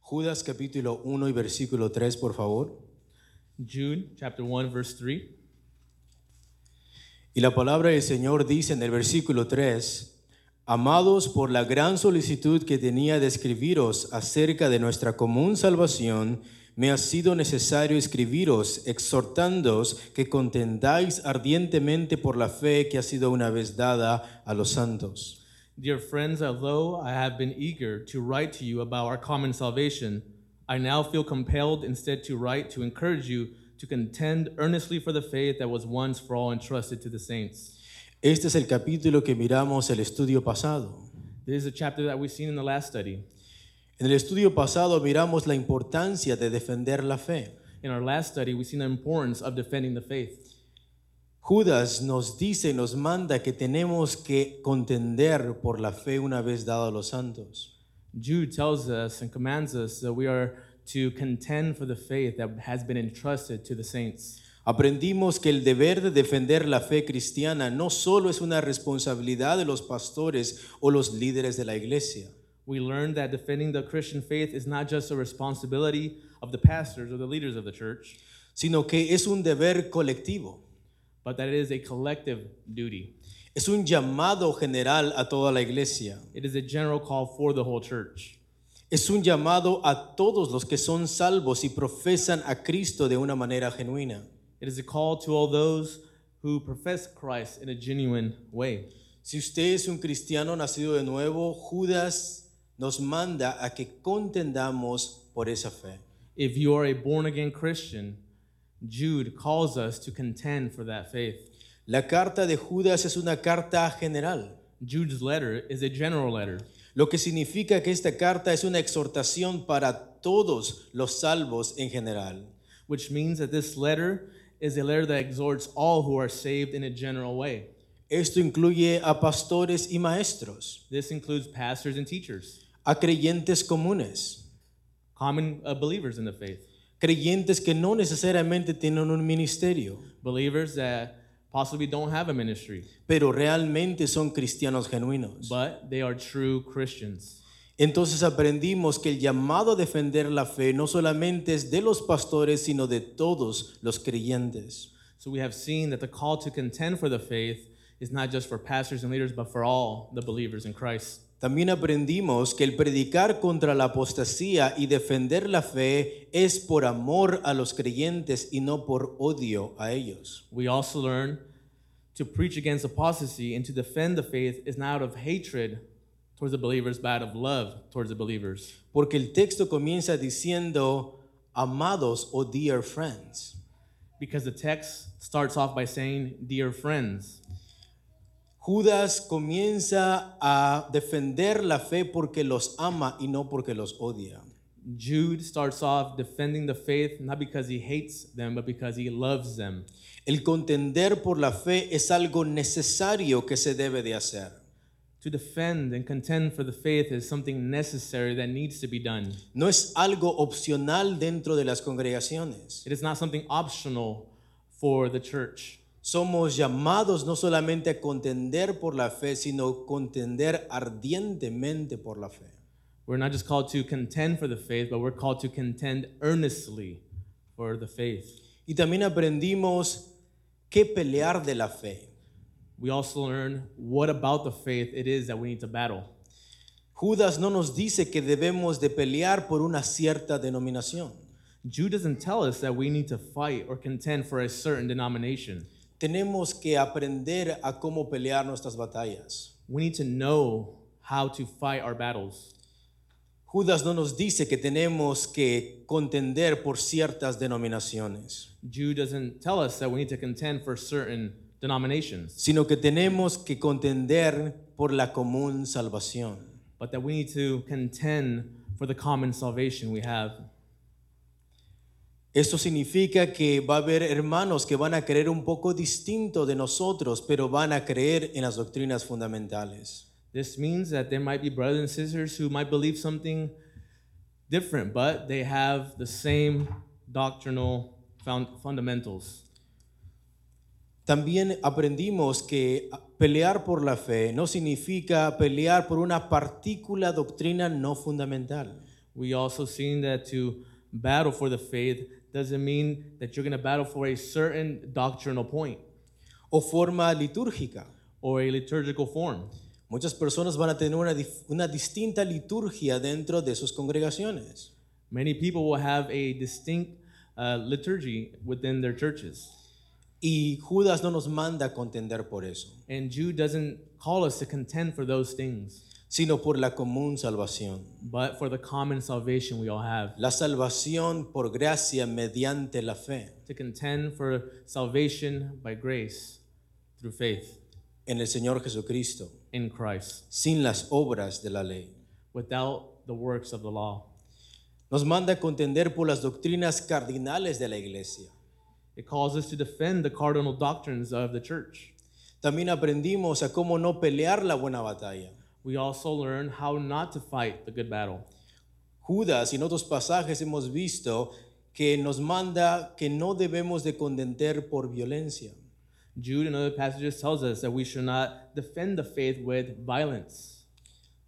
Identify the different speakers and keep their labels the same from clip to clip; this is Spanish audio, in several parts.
Speaker 1: Judas capítulo 1 y versículo 3, por favor.
Speaker 2: Jude chapter 1 verse 3.
Speaker 1: Y la palabra del Señor dice en el versículo 3, Amados por la gran solicitud que tenía de escribiros acerca de nuestra común salvación, me ha sido necesario escribiros exhortándoos que contendáis ardientemente por la fe que ha sido una vez dada a los santos.
Speaker 2: Dear friends, although I have been eager to write to you about our common salvation, I now feel compelled instead to write to encourage you to contend earnestly for the faith that was once for all entrusted to the saints.
Speaker 1: Este es el capítulo que miramos el estudio pasado.
Speaker 2: This is a chapter that we've seen in the last study.
Speaker 1: En el estudio pasado miramos la importancia de defender la fe.
Speaker 2: In our last study, we've seen the importance of defending the faith.
Speaker 1: Judas nos dice, nos manda que tenemos que contender por la fe una vez dada a los santos.
Speaker 2: Jude tells us and commands us that we are to contend for the faith that has been entrusted to the saints.
Speaker 1: Aprendimos que el deber de defender la fe cristiana no solo es una responsabilidad de los pastores o los líderes de la iglesia.
Speaker 2: We learned that defending the Christian faith is not just a responsibility of the pastors or the leaders of the church,
Speaker 1: sino que es un deber colectivo.
Speaker 2: but that it is a collective duty.
Speaker 1: Es un llamado general a toda la iglesia.
Speaker 2: It is a general call for the whole church.
Speaker 1: Es un llamado a todos los que son salvos y profesan a Cristo de una manera genuina.
Speaker 2: It is a call to all those who profess Christ in a genuine way.
Speaker 1: Si usted es un cristiano nacido de nuevo, Judas nos manda a que contendamos por esa fe.
Speaker 2: If you are a born again Christian, Jude calls us to contend for that faith.
Speaker 1: La carta de Judas es una carta general,
Speaker 2: Jude's letter is a general letter,
Speaker 1: lo que significa que esta carta es una exhortación para todos los salvos en general.
Speaker 2: which means that this letter is a letter that exhorts all who are saved in a general way.
Speaker 1: Esto incluye a pastores y maestros,
Speaker 2: This includes pastors and teachers,
Speaker 1: a creyentes comunes,
Speaker 2: common uh, believers in the faith,
Speaker 1: creyentes que no necesariamente tienen un ministerio,
Speaker 2: believers that possibly don't have a ministry,
Speaker 1: pero realmente son cristianos genuinos.
Speaker 2: but they are true Christians.
Speaker 1: Entonces aprendimos que el llamado a defender la fe no solamente es de los pastores, sino de todos los creyentes.
Speaker 2: So we have seen that the call to contend for the faith is not just for pastors and leaders, but for all the believers in Christ.
Speaker 1: También aprendimos que el predicar contra la apostasía y defender la fe es por amor a los creyentes y no por odio a ellos.
Speaker 2: We also learn to preach against apostasy and to defend the faith is not out of hatred towards the believers, but out of love towards the believers.
Speaker 1: Porque el texto comienza diciendo, amados o dear friends.
Speaker 2: Because the text starts off by saying, Dear friends.
Speaker 1: Judas comienza a defender la fe porque los ama y no porque los odia.
Speaker 2: Jude starts off defending the faith not because he hates them, but because he loves them.
Speaker 1: El contender por la fe es algo necesario que se debe de hacer.
Speaker 2: To defend and contend for the faith is something necessary that needs to be done.
Speaker 1: No es algo opcional dentro de las congregaciones.
Speaker 2: It is not something optional for the church.
Speaker 1: Somos llamados no solamente a contender por la fe, sino contender ardientemente por la fe.
Speaker 2: We're not just called to contend for the faith, but we're called to contend earnestly for the faith.
Speaker 1: Y también aprendimos qué pelear de la fe.
Speaker 2: We also learn what about the faith it is that we need to battle.
Speaker 1: Judas no nos dice que debemos de pelear por una cierta denominación.
Speaker 2: Jude doesn't tell us that we need to fight or contend for a certain denomination.
Speaker 1: Tenemos que aprender a cómo pelear nuestras batallas.
Speaker 2: We need to know how to fight our battles.
Speaker 1: Judas no nos dice que tenemos que contender por ciertas denominaciones,
Speaker 2: Jude doesn't tell us that we need to contend for certain denominations,
Speaker 1: sino que tenemos que contender por la común salvación.
Speaker 2: but that we need to contend for the common salvation we have.
Speaker 1: Esto significa que va a haber hermanos que van a creer un poco distinto de nosotros, pero van a creer en las doctrinas fundamentales.
Speaker 2: This means that there might be brothers and sisters who might believe something different, but they have the same doctrinal found fundamentals.
Speaker 1: También aprendimos que pelear por la fe no significa pelear por una partícula doctrina no fundamental.
Speaker 2: We also seen that to battle for the faith doesn't mean that you're going to battle for a certain doctrinal point
Speaker 1: o forma litúrgica.
Speaker 2: or a liturgical form.
Speaker 1: Muchas personas van a tener una, dif- una distinta liturgia dentro de sus congregaciones.
Speaker 2: Many people will have a distinct uh, liturgy within their churches.
Speaker 1: Y Judas no nos manda a contender por eso,
Speaker 2: And Jude doesn't call us to contend for those things,
Speaker 1: sino por la común salvación.
Speaker 2: but for the common salvation we all have.
Speaker 1: La salvación por gracia mediante la fe.
Speaker 2: To contend for salvation by grace through faith
Speaker 1: en el Señor Jesucristo,
Speaker 2: in Christ
Speaker 1: sin las obras de la ley.
Speaker 2: without the works of the law.
Speaker 1: Nos manda a contender por las doctrinas cardinales de la iglesia.
Speaker 2: It calls us to defend the cardinal doctrines of the church.
Speaker 1: También aprendimos a cómo no pelear la buena batalla.
Speaker 2: We also learn how not to fight the good battle.
Speaker 1: Judas y en otros pasajes hemos visto que nos manda que no debemos de contender por violencia.
Speaker 2: Jude and other passages tells us that we should not defend the faith with violence.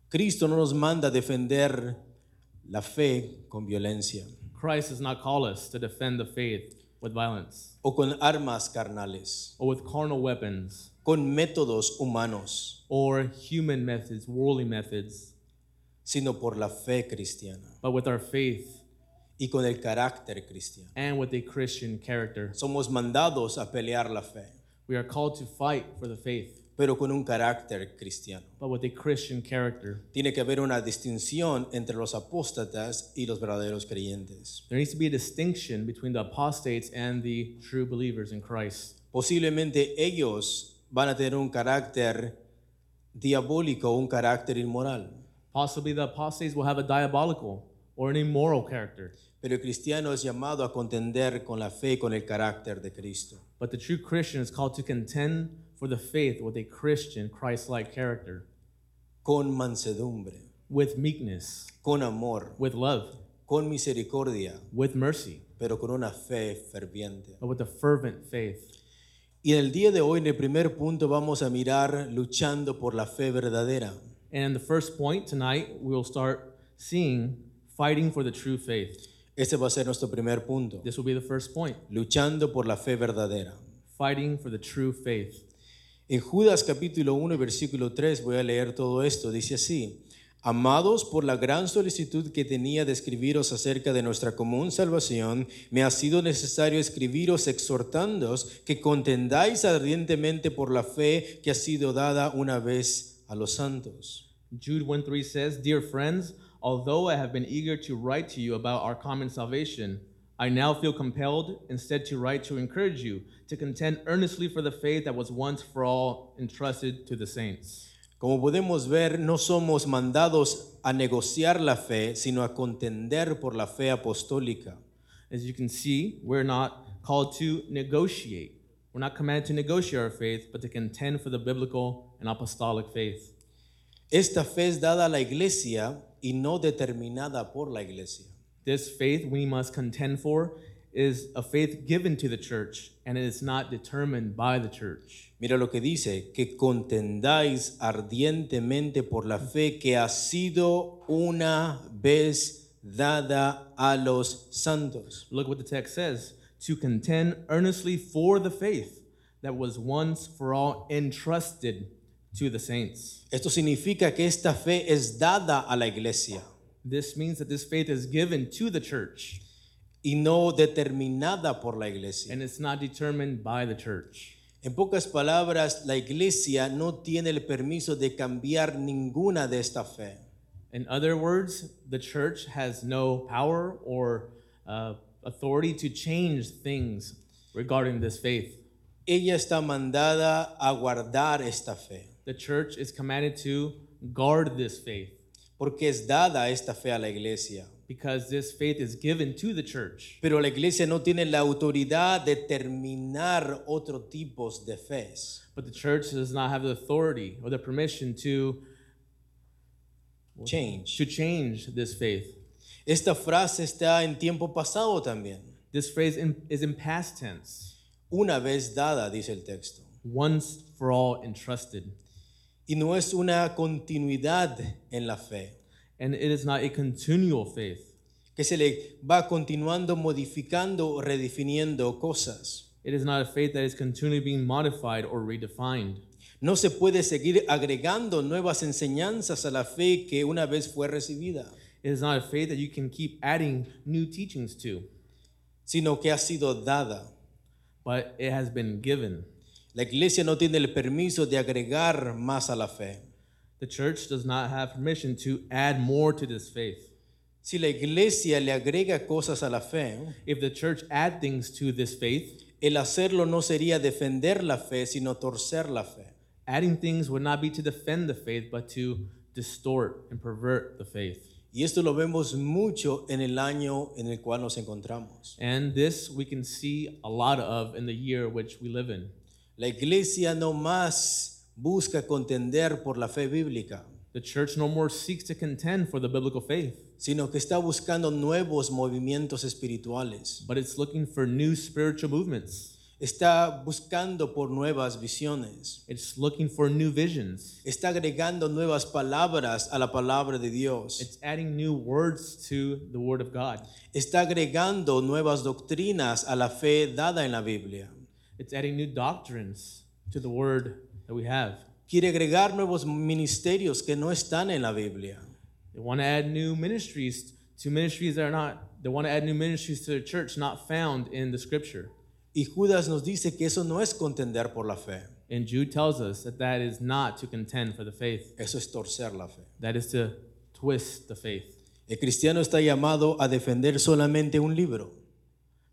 Speaker 1: Cristo no nos manda a defender la fe con violencia
Speaker 2: Christ does not call us to defend the faith with violence
Speaker 1: o con armas carnales,
Speaker 2: or with carnal weapons
Speaker 1: con métodos humanos,
Speaker 2: or human methods, worldly methods,
Speaker 1: sino por la fe cristiana
Speaker 2: but with our faith
Speaker 1: y con el carácter cristiano.
Speaker 2: and with a Christian character.
Speaker 1: Somos mandados a pelear la fe,
Speaker 2: We are called to fight for the faith,
Speaker 1: pero con un carácter cristiano.
Speaker 2: but with a Christian character.
Speaker 1: Tiene que haber una distinción entre los apóstatas y los verdaderos creyentes.
Speaker 2: There needs to be a distinction between the apostates and the true believers in Christ.
Speaker 1: Posiblemente ellos van a tener un carácter diabólico, un carácter inmoral,
Speaker 2: Possibly the apostates will have a diabolical or an immoral character,
Speaker 1: pero el cristiano es llamado a contender con la fe y con el carácter de Cristo.
Speaker 2: but the true Christian is called to contend for the faith with a Christian, Christ like character,
Speaker 1: Con mansedumbre,
Speaker 2: with meekness,
Speaker 1: con amor,
Speaker 2: with love,
Speaker 1: con misericordia,
Speaker 2: with mercy,
Speaker 1: pero con una fe ferviente.
Speaker 2: but with a fervent faith.
Speaker 1: Y en el día de hoy, en el primer punto, vamos a mirar luchando por la fe verdadera.
Speaker 2: And in the first point tonight, we'll start seeing fighting for the true faith.
Speaker 1: Este va a ser nuestro primer punto.
Speaker 2: This will be the first point
Speaker 1: Luchando por la fe verdadera.
Speaker 2: fighting for the true faith.
Speaker 1: En Judas capítulo 1 y versículo 3 voy a leer todo esto. Dice así, amados por la gran solicitud que tenía de escribiros acerca de nuestra común salvación, me ha sido necesario escribiros exhortándoos que contendáis ardientemente por la fe que ha sido dada una vez a los santos.
Speaker 2: Jude 1 3 says, Dear friends, although I have been eager to write to you about our common salvation, I now feel compelled instead to write to encourage you to contend earnestly for the faith that was once for all entrusted to the saints.
Speaker 1: Como podemos ver, no somos mandados a negociar la fe, sino a contender por la fe apostólica.
Speaker 2: As you can see, we're not called to negotiate. We're not commanded to negotiate our faith, but to contend for the biblical and apostolic faith.
Speaker 1: Esta fe es dada a la iglesia y no determinada por la iglesia.
Speaker 2: This faith we must contend for is a faith given to the church, and it is not determined by the church.
Speaker 1: Mira lo que dice, que contendáis ardientemente por la fe que ha sido una vez dada a los santos.
Speaker 2: Look what the text says to contend earnestly for the faith that was once for all entrusted to the saints.
Speaker 1: Esto significa que esta fe es dada a la iglesia
Speaker 2: This means that this faith is given to the church
Speaker 1: y no determinada por la iglesia.
Speaker 2: and it's not determined by the church.
Speaker 1: En pocas palabras, la iglesia no tiene el permiso de cambiar ninguna de esta fe.
Speaker 2: In other words, the church has no power or uh, authority to change things regarding this faith.
Speaker 1: Ella está mandada a guardar esta fe,
Speaker 2: The church is commanded to guard this faith
Speaker 1: porque es dada esta fe a la iglesia.
Speaker 2: because this faith is given to the church.
Speaker 1: Pero la iglesia no tiene la autoridad de terminar otro tipo de fe.
Speaker 2: But the church does not have the authority or the permission to
Speaker 1: Change.
Speaker 2: to change this faith.
Speaker 1: Esta frase está en tiempo pasado también.
Speaker 2: This phrase in, is in past tense,
Speaker 1: una vez dada, dice el texto.
Speaker 2: once for all entrusted.
Speaker 1: Y no es una continuidad en la fe,
Speaker 2: And it is not a continual faith,
Speaker 1: que se le va continuando modificando o redefiniendo cosas.
Speaker 2: it is not a faith that is continually being modified or redefined.
Speaker 1: No se puede seguir agregando nuevas enseñanzas a la fe que una vez fue recibida,
Speaker 2: It is not a faith that you can keep adding new teachings to,
Speaker 1: sino que ha sido dada.
Speaker 2: but it has been given.
Speaker 1: La iglesia no tiene el permiso de agregar más a la fe.
Speaker 2: The church does not have permission to add more to this faith.
Speaker 1: Si la iglesia le agrega cosas a la fe,
Speaker 2: If the church add things to this faith,
Speaker 1: el hacerlo no sería defender la fe, sino torcer la fe.
Speaker 2: adding things would not be to defend the faith, but to distort and pervert the faith.
Speaker 1: Y esto lo vemos mucho en el año en el cual nos encontramos.
Speaker 2: And this we can see a lot of in the year which we live in.
Speaker 1: La iglesia no más busca contender por la fe bíblica,
Speaker 2: The church no more seeks to contend for the biblical faith,
Speaker 1: sino que está buscando nuevos movimientos espirituales.
Speaker 2: but it's looking for new spiritual movements.
Speaker 1: Está buscando por nuevas visiones.
Speaker 2: It's looking for new visions.
Speaker 1: Está agregando nuevas palabras a la palabra de Dios.
Speaker 2: It's adding new words to the Word of God.
Speaker 1: Está agregando nuevas doctrinas a la fe dada en la Biblia.
Speaker 2: It's adding new doctrines to the Word that we have.
Speaker 1: Quiere agregar nuevos ministerios que no están en la Biblia.
Speaker 2: They want to add new ministries to ministries that are not, they want to add new ministries to the church not found in the Scripture.
Speaker 1: Y Judas nos dice que eso no es contender por la fe,
Speaker 2: And Jude tells us that that is not to contend for the faith,
Speaker 1: eso es torcer la fe.
Speaker 2: that is to twist the faith.
Speaker 1: El cristiano está llamado a defender solamente un libro,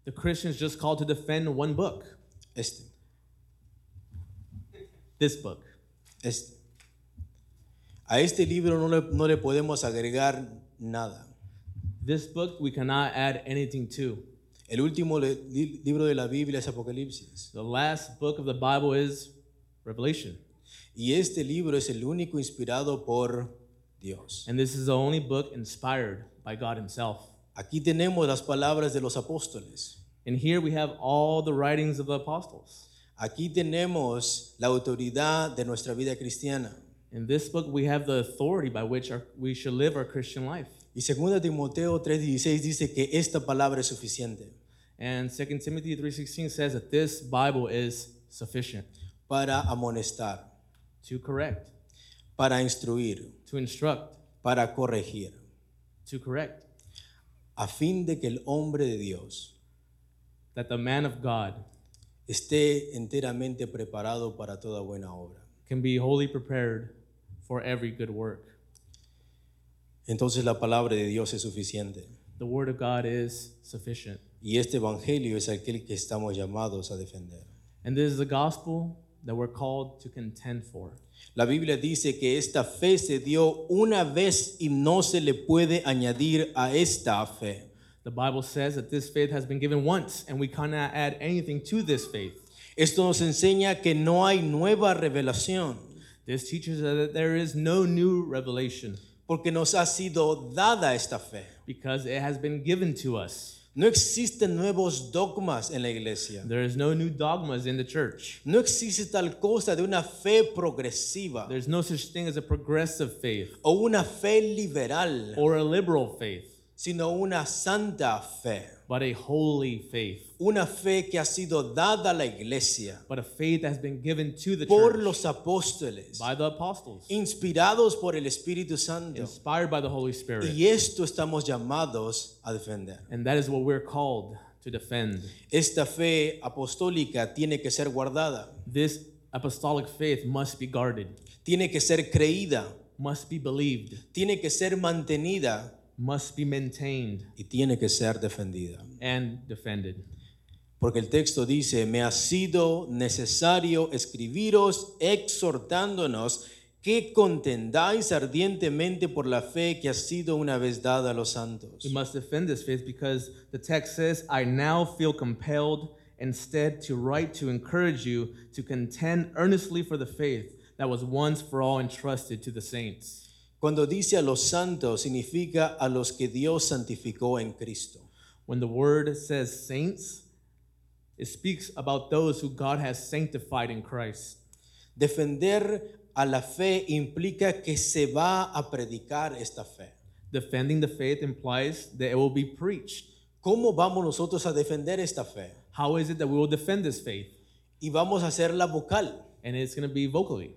Speaker 2: The Christian's just called to defend one book,
Speaker 1: este,
Speaker 2: this book.
Speaker 1: este. A este libro no le, no le podemos agregar nada.
Speaker 2: This book we cannot add anything to.
Speaker 1: El último le- li- libro de la Biblia es Apocalipsis.
Speaker 2: The last book of the Bible is Revelation.
Speaker 1: Y este libro es el único inspirado por Dios.
Speaker 2: And this is the only book inspired by God Himself.
Speaker 1: Aquí tenemos las palabras de los apóstoles.
Speaker 2: And here we have all the writings of the apostles.
Speaker 1: Aquí tenemos la autoridad de nuestra vida cristiana.
Speaker 2: In this book, we have the authority by which our, we should live our Christian life.
Speaker 1: Y 2 Timoteo 3:16 dice que esta palabra es suficiente
Speaker 2: And 2 Timothy 3.16 says that this Bible is sufficient
Speaker 1: para amonestar,
Speaker 2: to correct,
Speaker 1: para instruir,
Speaker 2: to instruct,
Speaker 1: para corregir,
Speaker 2: to correct,
Speaker 1: a fin de que el hombre de Dios
Speaker 2: that the man of God
Speaker 1: esté enteramente preparado para toda buena obra.
Speaker 2: can be wholly prepared for every good work.
Speaker 1: Entonces la palabra de Dios es suficiente.
Speaker 2: The word of God is sufficient.
Speaker 1: Y este evangelio es aquel que estamos llamados a defender.
Speaker 2: And this is the gospel that we're called to contend for.
Speaker 1: La Biblia dice que esta fe se dio una vez y no se le puede añadir a esta fe.
Speaker 2: The Bible says that this faith has been given once, and we cannot add anything to this faith.
Speaker 1: Esto nos enseña que no hay nueva revelación.
Speaker 2: This teaches us that there is no new revelation
Speaker 1: porque nos ha sido dada esta fe.
Speaker 2: because it has been given to us.
Speaker 1: No existen nuevos dogmas en la iglesia.
Speaker 2: There is no new dogmas in the church.
Speaker 1: No existe tal cosa de una fe progresiva
Speaker 2: There's no such thing as a progressive faith
Speaker 1: o una fe liberal,
Speaker 2: or a liberal faith,
Speaker 1: sino una santa fe.
Speaker 2: but a holy faith,
Speaker 1: Una fe que ha sido dada a la iglesia
Speaker 2: but a faith that has been given to the
Speaker 1: por
Speaker 2: church
Speaker 1: los apóstoles,
Speaker 2: by the apostles,
Speaker 1: inspirados por el Espíritu Santo.
Speaker 2: inspired by the Holy Spirit.
Speaker 1: Y esto estamos llamados a defender.
Speaker 2: And that is what we're called to defend.
Speaker 1: Esta fe apostólica tiene que ser guardada,
Speaker 2: This apostolic faith must be guarded,
Speaker 1: tiene que ser creída,
Speaker 2: must be believed,
Speaker 1: tiene que ser mantenida
Speaker 2: must be maintained
Speaker 1: y tiene que ser defendida.
Speaker 2: and defended.
Speaker 1: Porque el texto dice, me ha sido necesario escribiros exhortándonos que contendáis ardientemente por la fe que ha sido una vez dada a los santos.
Speaker 2: We must defend this faith because the text says, I now feel compelled instead to write to encourage you to contend earnestly for the faith that was once for all entrusted to the saints.
Speaker 1: Cuando dice a los santos, significa a los que Dios santificó en Cristo.
Speaker 2: When the word says saints, it speaks about those who God has sanctified in Christ.
Speaker 1: Defender a la fe implica que se va a predicar esta fe.
Speaker 2: Defending the faith implies that it will be preached.
Speaker 1: ¿Cómo vamos nosotros a defender esta fe?
Speaker 2: How is it that we will defend this faith?
Speaker 1: Y vamos a hacerla vocal.
Speaker 2: And it's going to be vocally.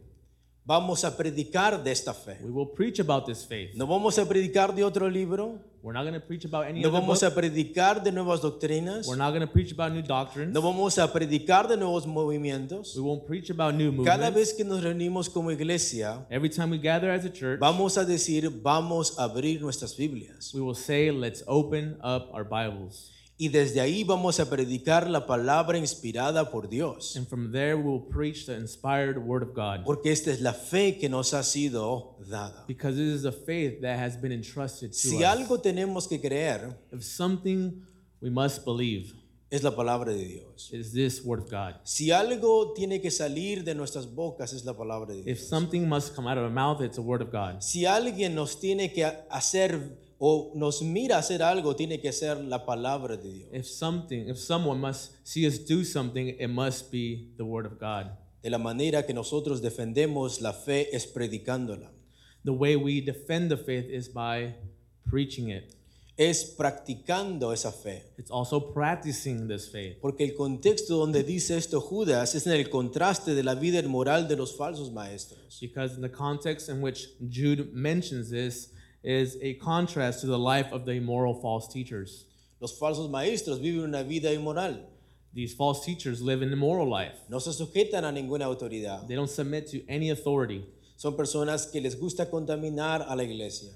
Speaker 1: Vamos a predicar de esta fe.
Speaker 2: We will preach about this faith.
Speaker 1: No vamos a predicar de otro libro.
Speaker 2: We're not going to preach about any
Speaker 1: No
Speaker 2: other
Speaker 1: vamos
Speaker 2: book.
Speaker 1: a predicar de nuevas doctrinas.
Speaker 2: We're not going to preach about new doctrines.
Speaker 1: No vamos a predicar de nuevos
Speaker 2: We
Speaker 1: movimientos.
Speaker 2: won't preach about new movements.
Speaker 1: Cada vez que nos reunimos como iglesia,
Speaker 2: Every time we gather as a church,
Speaker 1: vamos a decir, vamos a abrir nuestras Biblias.
Speaker 2: we will say, let's open up our Bibles.
Speaker 1: Y desde ahí vamos a predicar la palabra inspirada por Dios.
Speaker 2: And from there, we will preach the inspired Word of God.
Speaker 1: Porque esta es la fe que nos ha sido dada.
Speaker 2: Because it is a faith that has been entrusted to
Speaker 1: Si
Speaker 2: us.
Speaker 1: algo tenemos que creer,
Speaker 2: If something we must believe
Speaker 1: es la palabra de Dios.
Speaker 2: is this Word of God.
Speaker 1: Si algo tiene que salir de nuestras bocas, es la palabra de Dios.
Speaker 2: If something must come out of our mouth, it's a Word of God.
Speaker 1: Si alguien nos tiene que hacer o nos mira hacer algo, tiene que ser la palabra de Dios.
Speaker 2: If something, if someone must see us do something, it must be the Word of God.
Speaker 1: De la manera que nosotros defendemos la fe es predicándola,
Speaker 2: The way we defend the faith is by preaching it.
Speaker 1: es practicando esa fe.
Speaker 2: It's also practicing this faith.
Speaker 1: Porque el contexto donde dice esto Judas es en el contraste de la vida inmoral de los falsos maestros.
Speaker 2: Because in the context in which Jude mentions this is a contrast to the life of the immoral false teachers.
Speaker 1: Los falsos maestros viven una vida inmoral,
Speaker 2: These false teachers live an immoral life.
Speaker 1: no se sujetan a ninguna autoridad.
Speaker 2: They don't submit to any authority.
Speaker 1: Son personas que les gusta contaminar a la iglesia.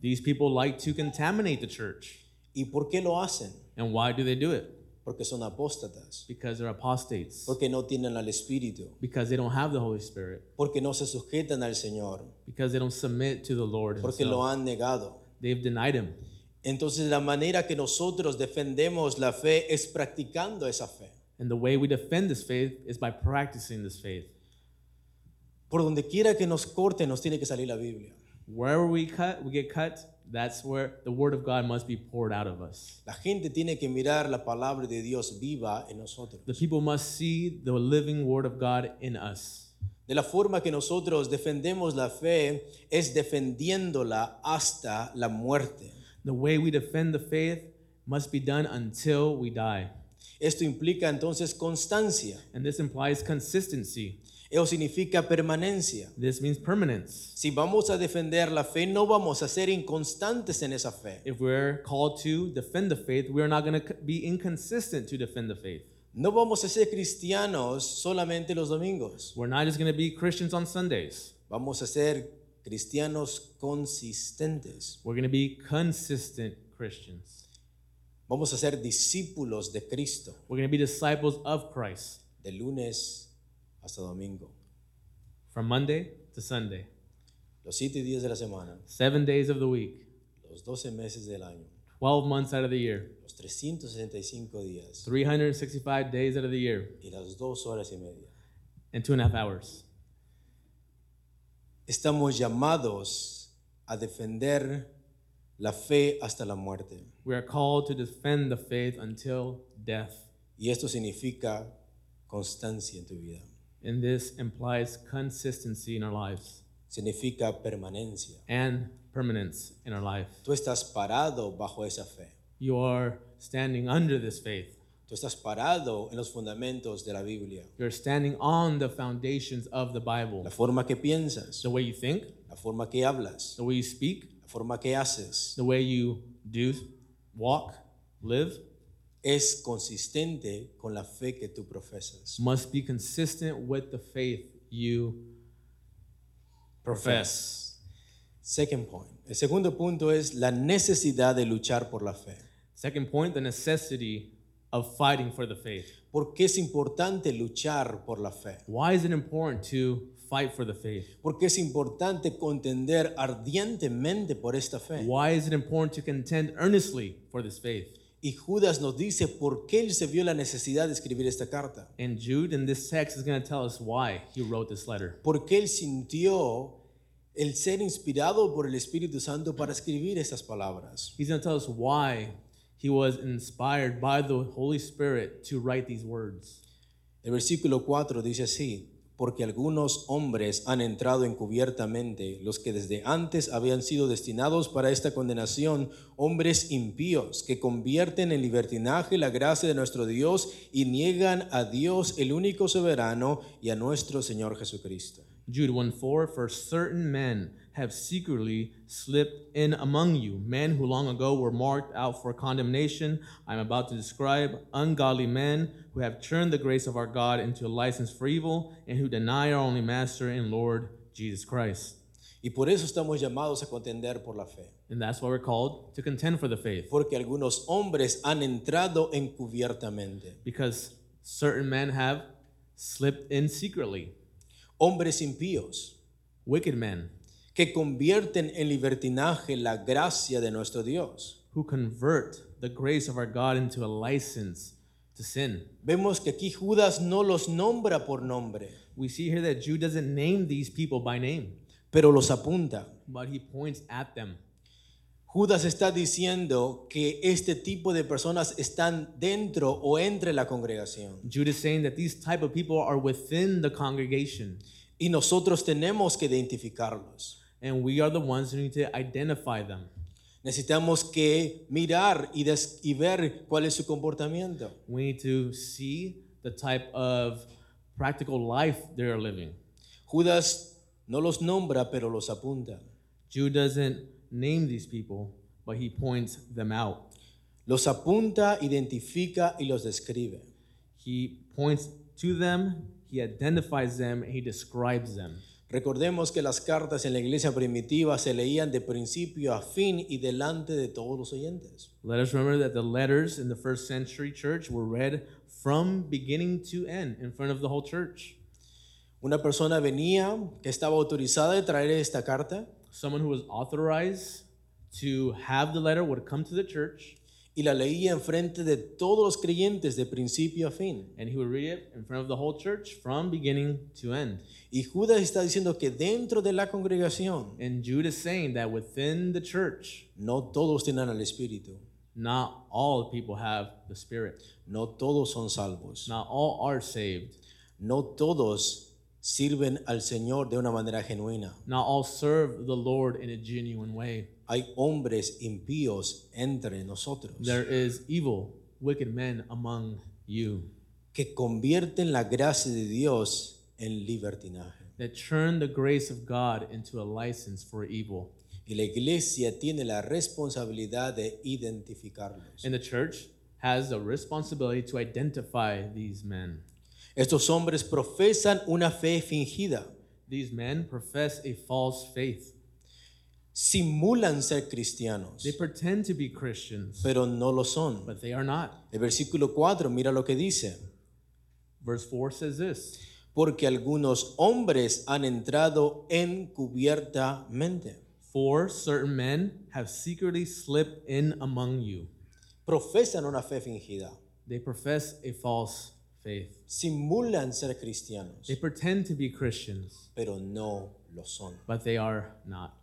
Speaker 2: These people like to contaminate the church.
Speaker 1: ¿Y por qué lo hacen?
Speaker 2: And why do they do it?
Speaker 1: Porque son apóstatas,
Speaker 2: Because they're apostates.
Speaker 1: porque no tienen al Espíritu,
Speaker 2: Because they don't have the Holy Spirit.
Speaker 1: porque no se sujetan al Señor,
Speaker 2: Because they don't submit to the Lord.
Speaker 1: porque lo
Speaker 2: himself.
Speaker 1: han negado.
Speaker 2: They've denied him.
Speaker 1: Entonces la manera que nosotros defendemos la fe es practicando esa fe.
Speaker 2: And the way we defend this faith is by practicing this faith.
Speaker 1: Por donde quiera que nos corten nos tiene que salir la Biblia.
Speaker 2: Wherever we cut, we get cut. That's where the word of God must be poured out of us.
Speaker 1: La gente tiene que mirar la palabra de Dios viva en nosotros.
Speaker 2: The people must see the living word of God in us.
Speaker 1: De la forma que nosotros defendemos la fe es defendiéndola hasta la muerte.
Speaker 2: The way we defend the faith must be done until we die.
Speaker 1: Esto implica entonces constancia.
Speaker 2: And this implies consistency.
Speaker 1: Eso significa permanencia.
Speaker 2: This means permanence.
Speaker 1: Si vamos a defender la fe, no vamos a ser inconstantes en esa fe.
Speaker 2: If we're called to defend the faith, we are not going to be inconsistent to defend the faith.
Speaker 1: No vamos a ser cristianos solamente los domingos.
Speaker 2: We're not just going to be Christians on Sundays.
Speaker 1: Vamos a ser cristianos consistentes.
Speaker 2: We're going to be consistent Christians.
Speaker 1: Vamos a ser discípulos de Cristo
Speaker 2: We're going to be disciples of Christ
Speaker 1: de lunes hasta domingo,
Speaker 2: from Monday to Sunday.
Speaker 1: los siete días de la semana,
Speaker 2: seven days of the week,
Speaker 1: los 12 meses del año,
Speaker 2: 12 months out of the year,
Speaker 1: los 365 días
Speaker 2: 365 days out of the year,
Speaker 1: y las dos horas y media.
Speaker 2: and two and a half hours.
Speaker 1: Estamos llamados a defender la fe hasta la muerte.
Speaker 2: We are called to defend the faith until death,
Speaker 1: Y esto significa constancia en tu vida,
Speaker 2: and this implies consistency in our lives
Speaker 1: significa permanencia.
Speaker 2: and permanence in our life.
Speaker 1: Tú estás parado bajo esa fe,
Speaker 2: You are standing under this faith.
Speaker 1: tú estás parado en los fundamentos de la Biblia,
Speaker 2: You're standing on the foundations of the Bible.
Speaker 1: la forma que piensas,
Speaker 2: The way you think,
Speaker 1: la forma que hablas,
Speaker 2: the way you speak,
Speaker 1: la forma que haces,
Speaker 2: the way you do, walk, live
Speaker 1: es consistente con la fe que tú profesas.
Speaker 2: must be consistent with the faith you profess.
Speaker 1: Second point. El segundo punto es la necesidad de luchar por la fe.
Speaker 2: Second point, the necessity of fighting for the faith.
Speaker 1: ¿Por qué es importante luchar por la fe?
Speaker 2: Why is it important to fight for the faith?
Speaker 1: ¿Por qué es importante contender ardientemente por esta fe?
Speaker 2: Why is it important to contend earnestly for this faith?
Speaker 1: Y Judas nos dice por qué él se vio la necesidad de escribir esta carta.
Speaker 2: And Jude in this text is going to tell us why he wrote this letter.
Speaker 1: Por qué él sintió el ser inspirado por el Espíritu Santo para escribir estas palabras.
Speaker 2: He's going to tell us why he was inspired by the Holy Spirit to write these words.
Speaker 1: El versículo 4 dice así, porque algunos hombres han entrado encubiertamente, los que desde antes habían sido destinados para esta condenación, hombres impíos que convierten en libertinaje la gracia de nuestro Dios y niegan a Dios el único soberano y a nuestro Señor Jesucristo.
Speaker 2: Jude 1 4 For certain men have secretly slipped in among you, men who long ago were marked out for condemnation. I am about to describe ungodly men who have turned the grace of our God into a license for evil and who deny our only master and Lord Jesus Christ.
Speaker 1: Y por eso estamos llamados a contender por la fe,
Speaker 2: And that's why we're called to contend for the faith,
Speaker 1: porque algunos hombres han entrado encubiertamente,
Speaker 2: because certain men have slipped in secretly,
Speaker 1: hombres impíos
Speaker 2: wicked men
Speaker 1: que convierten en libertinaje la gracia de nuestro Dios.
Speaker 2: who convert the grace of our God into a license to sin.
Speaker 1: Vemos que aquí Judas no los nombra por nombre,
Speaker 2: We see here that Jude doesn't name these people by name,
Speaker 1: pero los apunta.
Speaker 2: but he points at them.
Speaker 1: Judas está diciendo que este tipo de personas están dentro o entre la congregación.
Speaker 2: Jude is saying that these type of people are within the congregation,
Speaker 1: Y nosotros tenemos que identificarlos.
Speaker 2: and we are the ones who need to identify them.
Speaker 1: Necesitamos que mirar y, des- y ver cuál es su comportamiento.
Speaker 2: We need to see the type of practical life they are living.
Speaker 1: Judas no los nombra, pero los apunta.
Speaker 2: Jude doesn't name these people, but he points them out.
Speaker 1: Los apunta, identifica y los describe.
Speaker 2: He points to them, he identifies them, and he describes them.
Speaker 1: Recordemos que las cartas en la iglesia primitiva se leían de principio a fin y delante de todos los oyentes.
Speaker 2: Let us remember that the letters in the first century church were read from beginning to end in front of the whole church.
Speaker 1: Una persona venía que estaba autorizada de traer esta carta
Speaker 2: Someone who was authorized to have the letter would come to the church
Speaker 1: y la leía en frente de todos los creyentes de principio a fin.
Speaker 2: and he would read it in front of the whole church from beginning to end.
Speaker 1: Y Judas está diciendo que dentro de la congregación
Speaker 2: And Jude is saying that within the church,
Speaker 1: no todos tienen al Espíritu,
Speaker 2: not all people have the Spirit,
Speaker 1: no todos son salvos,
Speaker 2: not all are saved,
Speaker 1: no todos sirven al Señor de una manera genuina.
Speaker 2: not all serve the Lord in a genuine way.
Speaker 1: Hay hombres impíos entre nosotros.
Speaker 2: There is evil, wicked men among you.
Speaker 1: que convierten la gracia de Dios en libertinaje.
Speaker 2: that turn the grace of God into a license for evil.
Speaker 1: Y la iglesia tiene la responsabilidad de identificarlos.
Speaker 2: And the church has a responsibility to identify these men.
Speaker 1: Estos hombres profesan una fe fingida,
Speaker 2: These men profess a false faith.
Speaker 1: simulan ser cristianos,
Speaker 2: They pretend to be Christians,
Speaker 1: pero no lo son.
Speaker 2: but they are not.
Speaker 1: El versículo 4, mira lo que dice.
Speaker 2: Verse 4 says this
Speaker 1: Porque algunos hombres han entrado encubiertamente.
Speaker 2: For certain men have secretly slipped in among you.
Speaker 1: Profesan una fe fingida,
Speaker 2: They profess a false faith.
Speaker 1: simulan ser cristianos,
Speaker 2: They pretend to be Christians,
Speaker 1: pero no lo son.
Speaker 2: but they are not.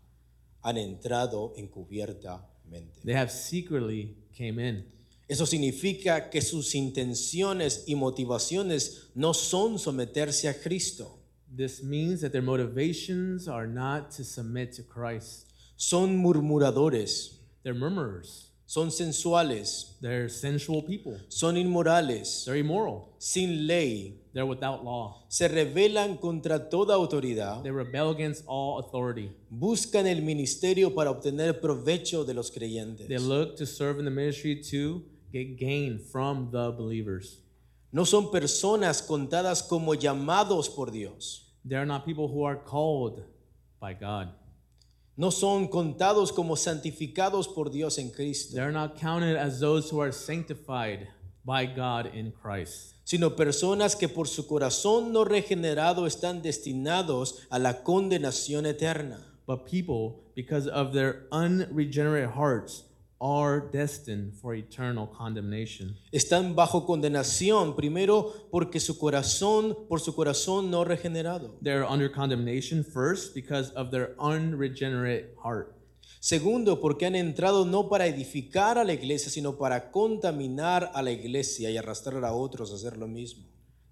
Speaker 1: han entrado encubiertamente.
Speaker 2: They have secretly came in.
Speaker 1: Eso significa que sus intenciones y motivaciones no son someterse a Cristo,
Speaker 2: This means that their motivations are not to submit to Christ.
Speaker 1: son murmuradores,
Speaker 2: They're murmurers.
Speaker 1: son sensuales,
Speaker 2: They're sensual people.
Speaker 1: son inmorales,
Speaker 2: They're immoral.
Speaker 1: sin ley,
Speaker 2: They're without law.
Speaker 1: se rebelan contra toda autoridad,
Speaker 2: They rebel against all authority.
Speaker 1: buscan el ministerio para obtener provecho de los
Speaker 2: They
Speaker 1: creyentes.
Speaker 2: look to serve in the ministry to get gain from the believers.
Speaker 1: No son personas contadas como llamados por Dios,
Speaker 2: They're not people who are called by God.
Speaker 1: no son contados como santificados por Dios en Cristo.
Speaker 2: They're not counted as those who are sanctified by God in Christ,
Speaker 1: sino personas que por su corazón no regenerado están destinados a la condenación eterna.
Speaker 2: but people, because of their unregenerate hearts, are destined for eternal condemnation.
Speaker 1: Están bajo condenación, primero porque su corazón, por su corazón no regenerado.
Speaker 2: They're under condemnation first because of their unregenerate heart.
Speaker 1: Segundo, porque han entrado no para edificar a la iglesia, sino para contaminar a la iglesia y arrastrar a otros a hacer lo mismo.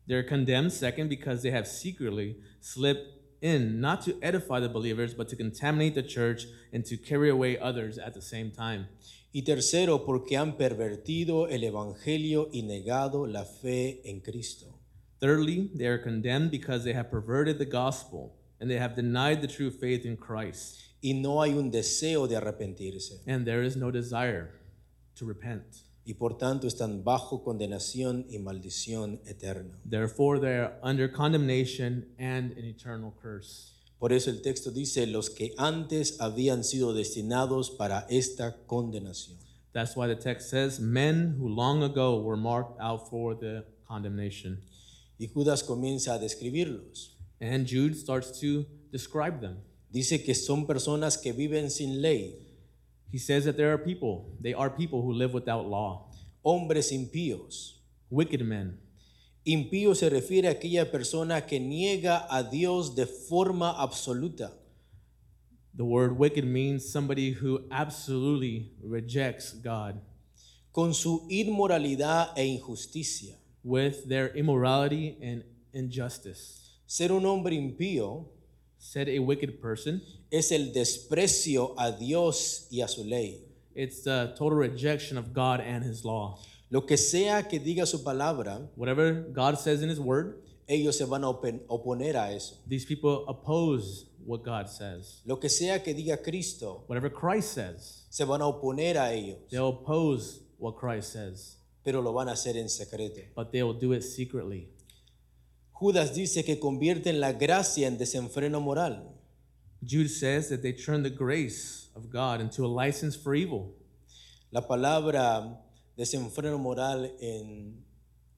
Speaker 2: They're condemned, second, because they have secretly slipped in not to edify the believers, but to contaminate the church and to carry away others at the same time.
Speaker 1: Y tercero, porque han pervertido el Evangelio y negado la fe en Cristo.
Speaker 2: Thirdly, they are condemned because they have perverted the gospel and they have denied the true faith in Christ,
Speaker 1: Y no hay un deseo de arrepentirse.
Speaker 2: and there is no desire to repent.
Speaker 1: Y por tanto están bajo condenación y maldición eterna.
Speaker 2: Therefore, they are under condemnation and an eternal curse.
Speaker 1: Por eso el texto dice, los que antes habían sido destinados para esta condenación.
Speaker 2: That's why the text says, Men who long ago were marked out for the condemnation.
Speaker 1: Y Judas comienza a describirlos.
Speaker 2: And Jude starts to describe them.
Speaker 1: Dice que son personas que viven sin ley,
Speaker 2: He says that there are people, they are people who live without law,
Speaker 1: hombres impíos.
Speaker 2: wicked men.
Speaker 1: Impío se refiere a aquella persona que niega a Dios de forma absoluta.
Speaker 2: The word wicked means somebody who absolutely rejects God.
Speaker 1: con su inmoralidad e injusticia.
Speaker 2: with their immorality and injustice.
Speaker 1: Ser un hombre impío
Speaker 2: Said a wicked person,
Speaker 1: es el desprecio a Dios y a su ley.
Speaker 2: it's the total rejection of God and his law.
Speaker 1: Lo que sea que diga su palabra,
Speaker 2: Whatever God says in his word,
Speaker 1: ellos se van a open- oponer a eso.
Speaker 2: these people oppose what God says.
Speaker 1: Lo que sea que diga Cristo,
Speaker 2: Whatever Christ says,
Speaker 1: se van a oponer a ellos,
Speaker 2: they'll oppose what Christ says,
Speaker 1: pero lo van a hacer en secreto.
Speaker 2: but they'll do it secretly.
Speaker 1: Judas dice que convierten la gracia en desenfreno moral.
Speaker 2: Jude says that they turn the grace of God into a license for evil.
Speaker 1: La palabra desenfreno moral en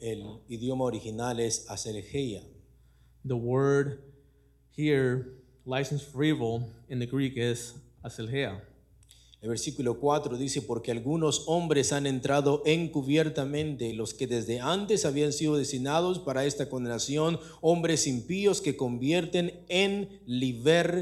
Speaker 1: el idioma original es asergeia.
Speaker 2: The word here, license for evil, in the Greek is asilhea.
Speaker 1: El versículo 4 dice, porque algunos hombres han entrado encubiertamente, los que desde antes habían sido designados para esta condenación, hombres impíos que convierten en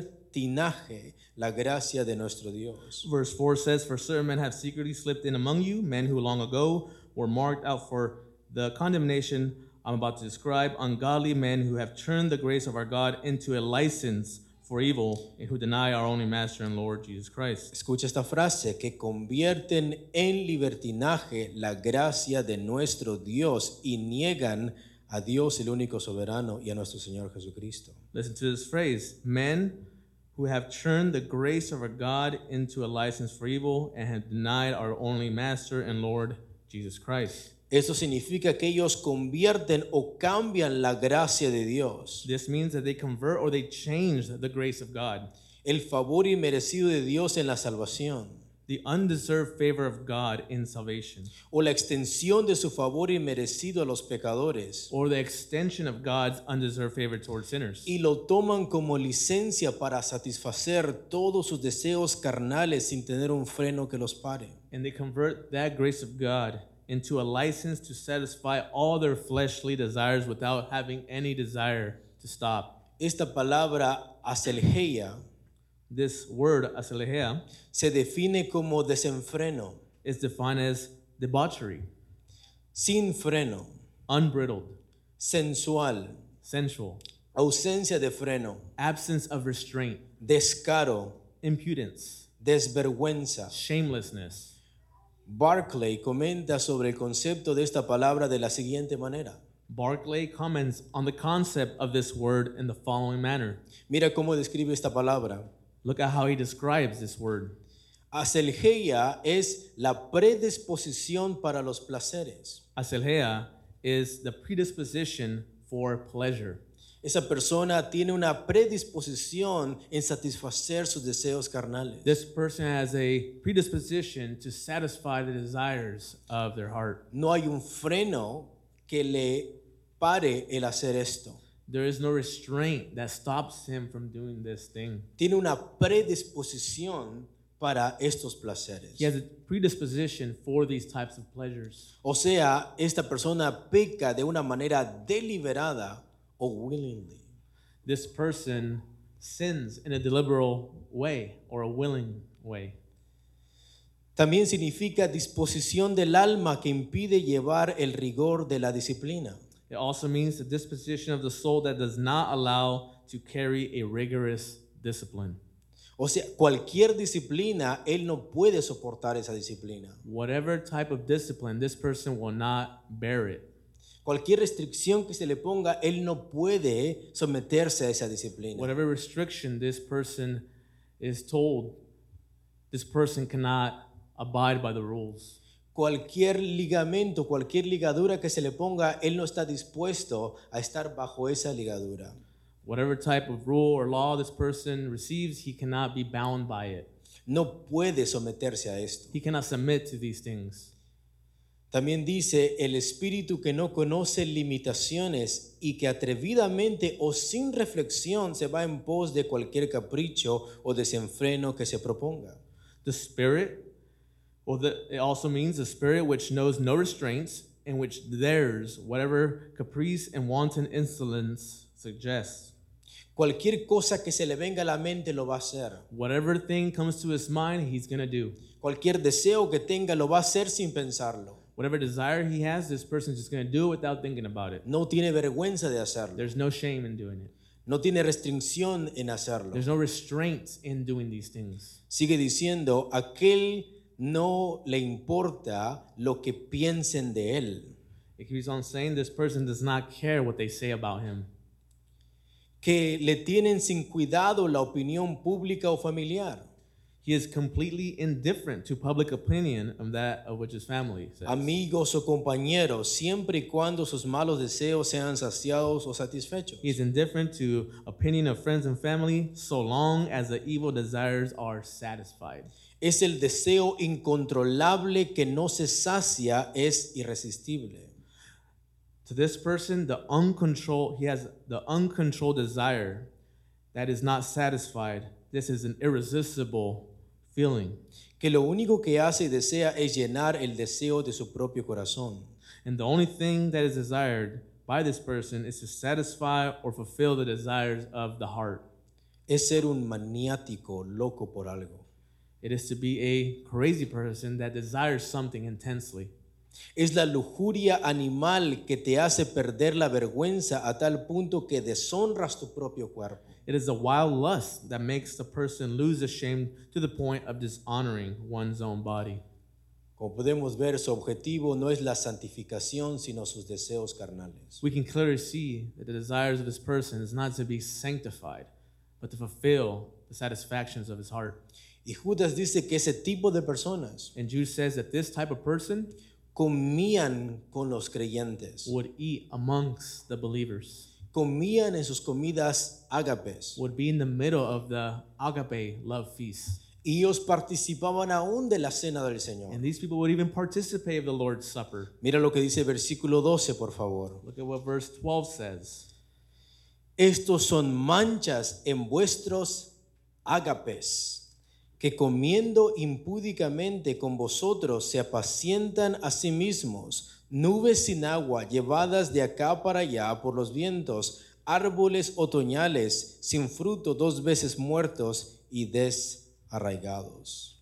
Speaker 1: libertinaje la gracia de nuestro Dios.
Speaker 2: Verse 4 says, For certain men have secretly slipped in among you, men who long ago were marked out for the condemnation I'm about to describe, ungodly men who have turned the grace of our God into a license for evil and who deny our only Master and Lord Jesus Christ.
Speaker 1: Escucha esta frase, que convierten en libertinaje la gracia de nuestro Dios y niegan a Dios el único soberano y a nuestro Señor Jesucristo.
Speaker 2: Listen to this phrase men who have turned the grace of our God into a license for evil and have denied our only Master and Lord Jesus Christ.
Speaker 1: Eso significa que ellos convierten o cambian la gracia de Dios,
Speaker 2: This means that they convert or they change the grace of God.
Speaker 1: el favor inmerecido de Dios en la salvación,
Speaker 2: the undeserved favor of God in salvation,
Speaker 1: o la extensión de su favor inmerecido a los pecadores,
Speaker 2: or the extension of God's undeserved favor toward sinners.
Speaker 1: y lo toman como licencia para satisfacer todos sus deseos carnales sin tener un freno que los pare.
Speaker 2: And they convert that grace of God into a license to satisfy all their fleshly desires without having any desire to stop.
Speaker 1: Esta palabra aselgeia
Speaker 2: This word, aselehea,
Speaker 1: se define como desenfreno,
Speaker 2: is defined as debauchery,
Speaker 1: sin freno,
Speaker 2: unbridled,
Speaker 1: sensual,
Speaker 2: sensual,
Speaker 1: ausencia de freno,
Speaker 2: absence of restraint,
Speaker 1: descaro,
Speaker 2: impudence,
Speaker 1: desvergüenza.
Speaker 2: shamelessness.
Speaker 1: Barclay comenta sobre el concepto de esta palabra de la siguiente manera.
Speaker 2: Barclay comments on the concept of this word in the following manner.
Speaker 1: Mira cómo describe esta palabra.
Speaker 2: Look at how he describes this word.
Speaker 1: Aselgeia es la predisposición para los placeres.
Speaker 2: Aselhea is the predisposition for pleasure.
Speaker 1: Esa persona tiene una predisposición en satisfacer sus deseos carnales.
Speaker 2: This person has a predisposition to satisfy the desires of their heart.
Speaker 1: No hay un freno que le pare el hacer esto.
Speaker 2: There is no restraint that stops him from doing this thing.
Speaker 1: Tiene una predisposición para estos placeres.
Speaker 2: He has a predisposition for these types of pleasures.
Speaker 1: O sea, esta persona peca de una manera deliberada o willingly.
Speaker 2: This person sins in a deliberate way or a willing way.
Speaker 1: También significa disposición del alma que impide llevar el rigor de la disciplina.
Speaker 2: It also means the disposition of the soul that does not allow to carry a rigorous discipline.
Speaker 1: O sea, cualquier disciplina, él no puede soportar esa disciplina.
Speaker 2: Whatever type of discipline, this person will not bear it.
Speaker 1: Cualquier restricción que se le ponga, él no puede someterse a esa disciplina.
Speaker 2: Whatever restriction this person is told, this person cannot abide by the rules.
Speaker 1: Cualquier ligamento, cualquier ligadura que se le ponga, él no está dispuesto a estar bajo esa ligadura.
Speaker 2: Whatever type of rule or law this person receives, he cannot be bound by it.
Speaker 1: No puede someterse a esto.
Speaker 2: He cannot submit to these things.
Speaker 1: También dice, el espíritu que no conoce limitaciones y que atrevidamente o sin reflexión se va en pos de cualquier capricho o desenfreno que se proponga.
Speaker 2: The spirit, or the, it also means the spirit which knows no restraints and which dares whatever caprice and wanton insolence suggests.
Speaker 1: Cualquier cosa que se le venga a la mente lo va a hacer.
Speaker 2: Whatever thing comes to his mind, he's gonna do.
Speaker 1: Cualquier deseo que tenga lo va a hacer sin pensarlo.
Speaker 2: Whatever desire he has, this person's just gonna do it without thinking about it.
Speaker 1: No tiene vergüenza de hacerlo.
Speaker 2: There's no shame in doing it.
Speaker 1: No tiene restricción en hacerlo.
Speaker 2: There's no restraint in doing these things.
Speaker 1: Sigue diciendo, aquel no le importa lo que piensen de él.
Speaker 2: It keeps on saying this person does not care what they say about him.
Speaker 1: que le tienen sin cuidado la opinión pública o familiar.
Speaker 2: He is completely indifferent to public opinion of that of which his family says.
Speaker 1: Amigos o compañeros, siempre y cuando sus malos deseos sean saciados o satisfechos.
Speaker 2: He is indifferent to opinion of friends and family so long as the evil desires are satisfied.
Speaker 1: Es el deseo incontrolable que no se sacia, es irresistible.
Speaker 2: To this person, the uncontrolled he has the uncontrolled desire that is not satisfied. This is an irresistible feeling.
Speaker 1: Que lo único que hace y desea es llenar el deseo de su propio corazón.
Speaker 2: And the only thing that is desired by this person is to satisfy or fulfill the desires of the heart.
Speaker 1: Es ser un maniático loco por algo.
Speaker 2: It is to be a crazy person that desires something intensely.
Speaker 1: Es la lujuria animal que te hace perder la vergüenza a tal punto que deshonras tu propio cuerpo.
Speaker 2: It is the wild lust that makes the person lose the shame to the point of dishonoring one's own body.
Speaker 1: Como podemos ver, su objetivo no es la santificación, sino sus deseos carnales.
Speaker 2: We can clearly see that the desires of this person is not to be sanctified, but to fulfill the satisfactions of his heart.
Speaker 1: Y Judas dice que ese tipo de personas
Speaker 2: And Jude says that this type of person
Speaker 1: comían con los creyentes,
Speaker 2: would eat amongst the believers,
Speaker 1: comían en sus comidas ágapes
Speaker 2: would be in the middle of the agape love feast.
Speaker 1: y ellos participaban aún de la cena del Señor.
Speaker 2: And these people would even participate of the Lord's Supper.
Speaker 1: Mira lo que dice el versículo 12, por favor.
Speaker 2: Look at what verse 12 says.
Speaker 1: Estos son manchas en vuestros ágapes, que comiendo impúdicamente con vosotros se apacientan a sí mismos, nubes sin agua llevadas de acá para allá por los vientos, árboles otoñales sin fruto dos veces muertos y desarraigados.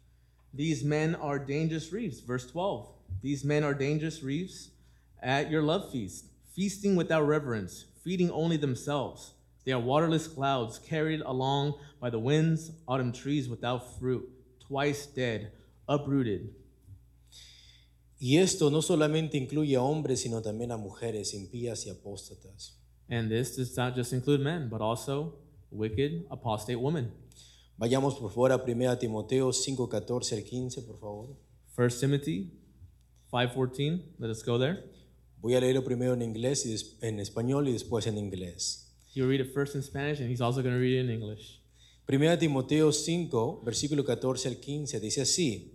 Speaker 2: These men are dangerous reefs. Verse 12. These men are dangerous reefs at your love feast, feasting without reverence, feeding only themselves. They are waterless clouds carried along by the winds, autumn trees without fruit, twice dead, uprooted.
Speaker 1: Y esto no solamente incluye a hombres, sino también a mujeres impías y apóstatas.
Speaker 2: And this does not just include men, but also wicked, apostate women.
Speaker 1: Vayamos por favor a 1 Timoteo 5, 14 al 15, por favor.
Speaker 2: 1 Timothy 5:14. Let us go there.
Speaker 1: Voy a leerlo primero en inglés y des- en español y después en inglés.
Speaker 2: He'll read it first in Spanish, and he's also going to read it in English.
Speaker 1: 1 Timoteo 5, versículo 14 al 15, dice así.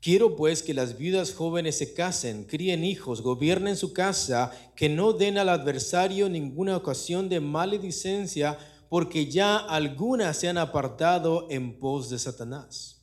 Speaker 1: Quiero pues que las viudas jóvenes se casen, críen hijos, gobiernen su casa, que no den al adversario ninguna ocasión de maledicencia, porque ya algunas se han apartado en pos de Satanás.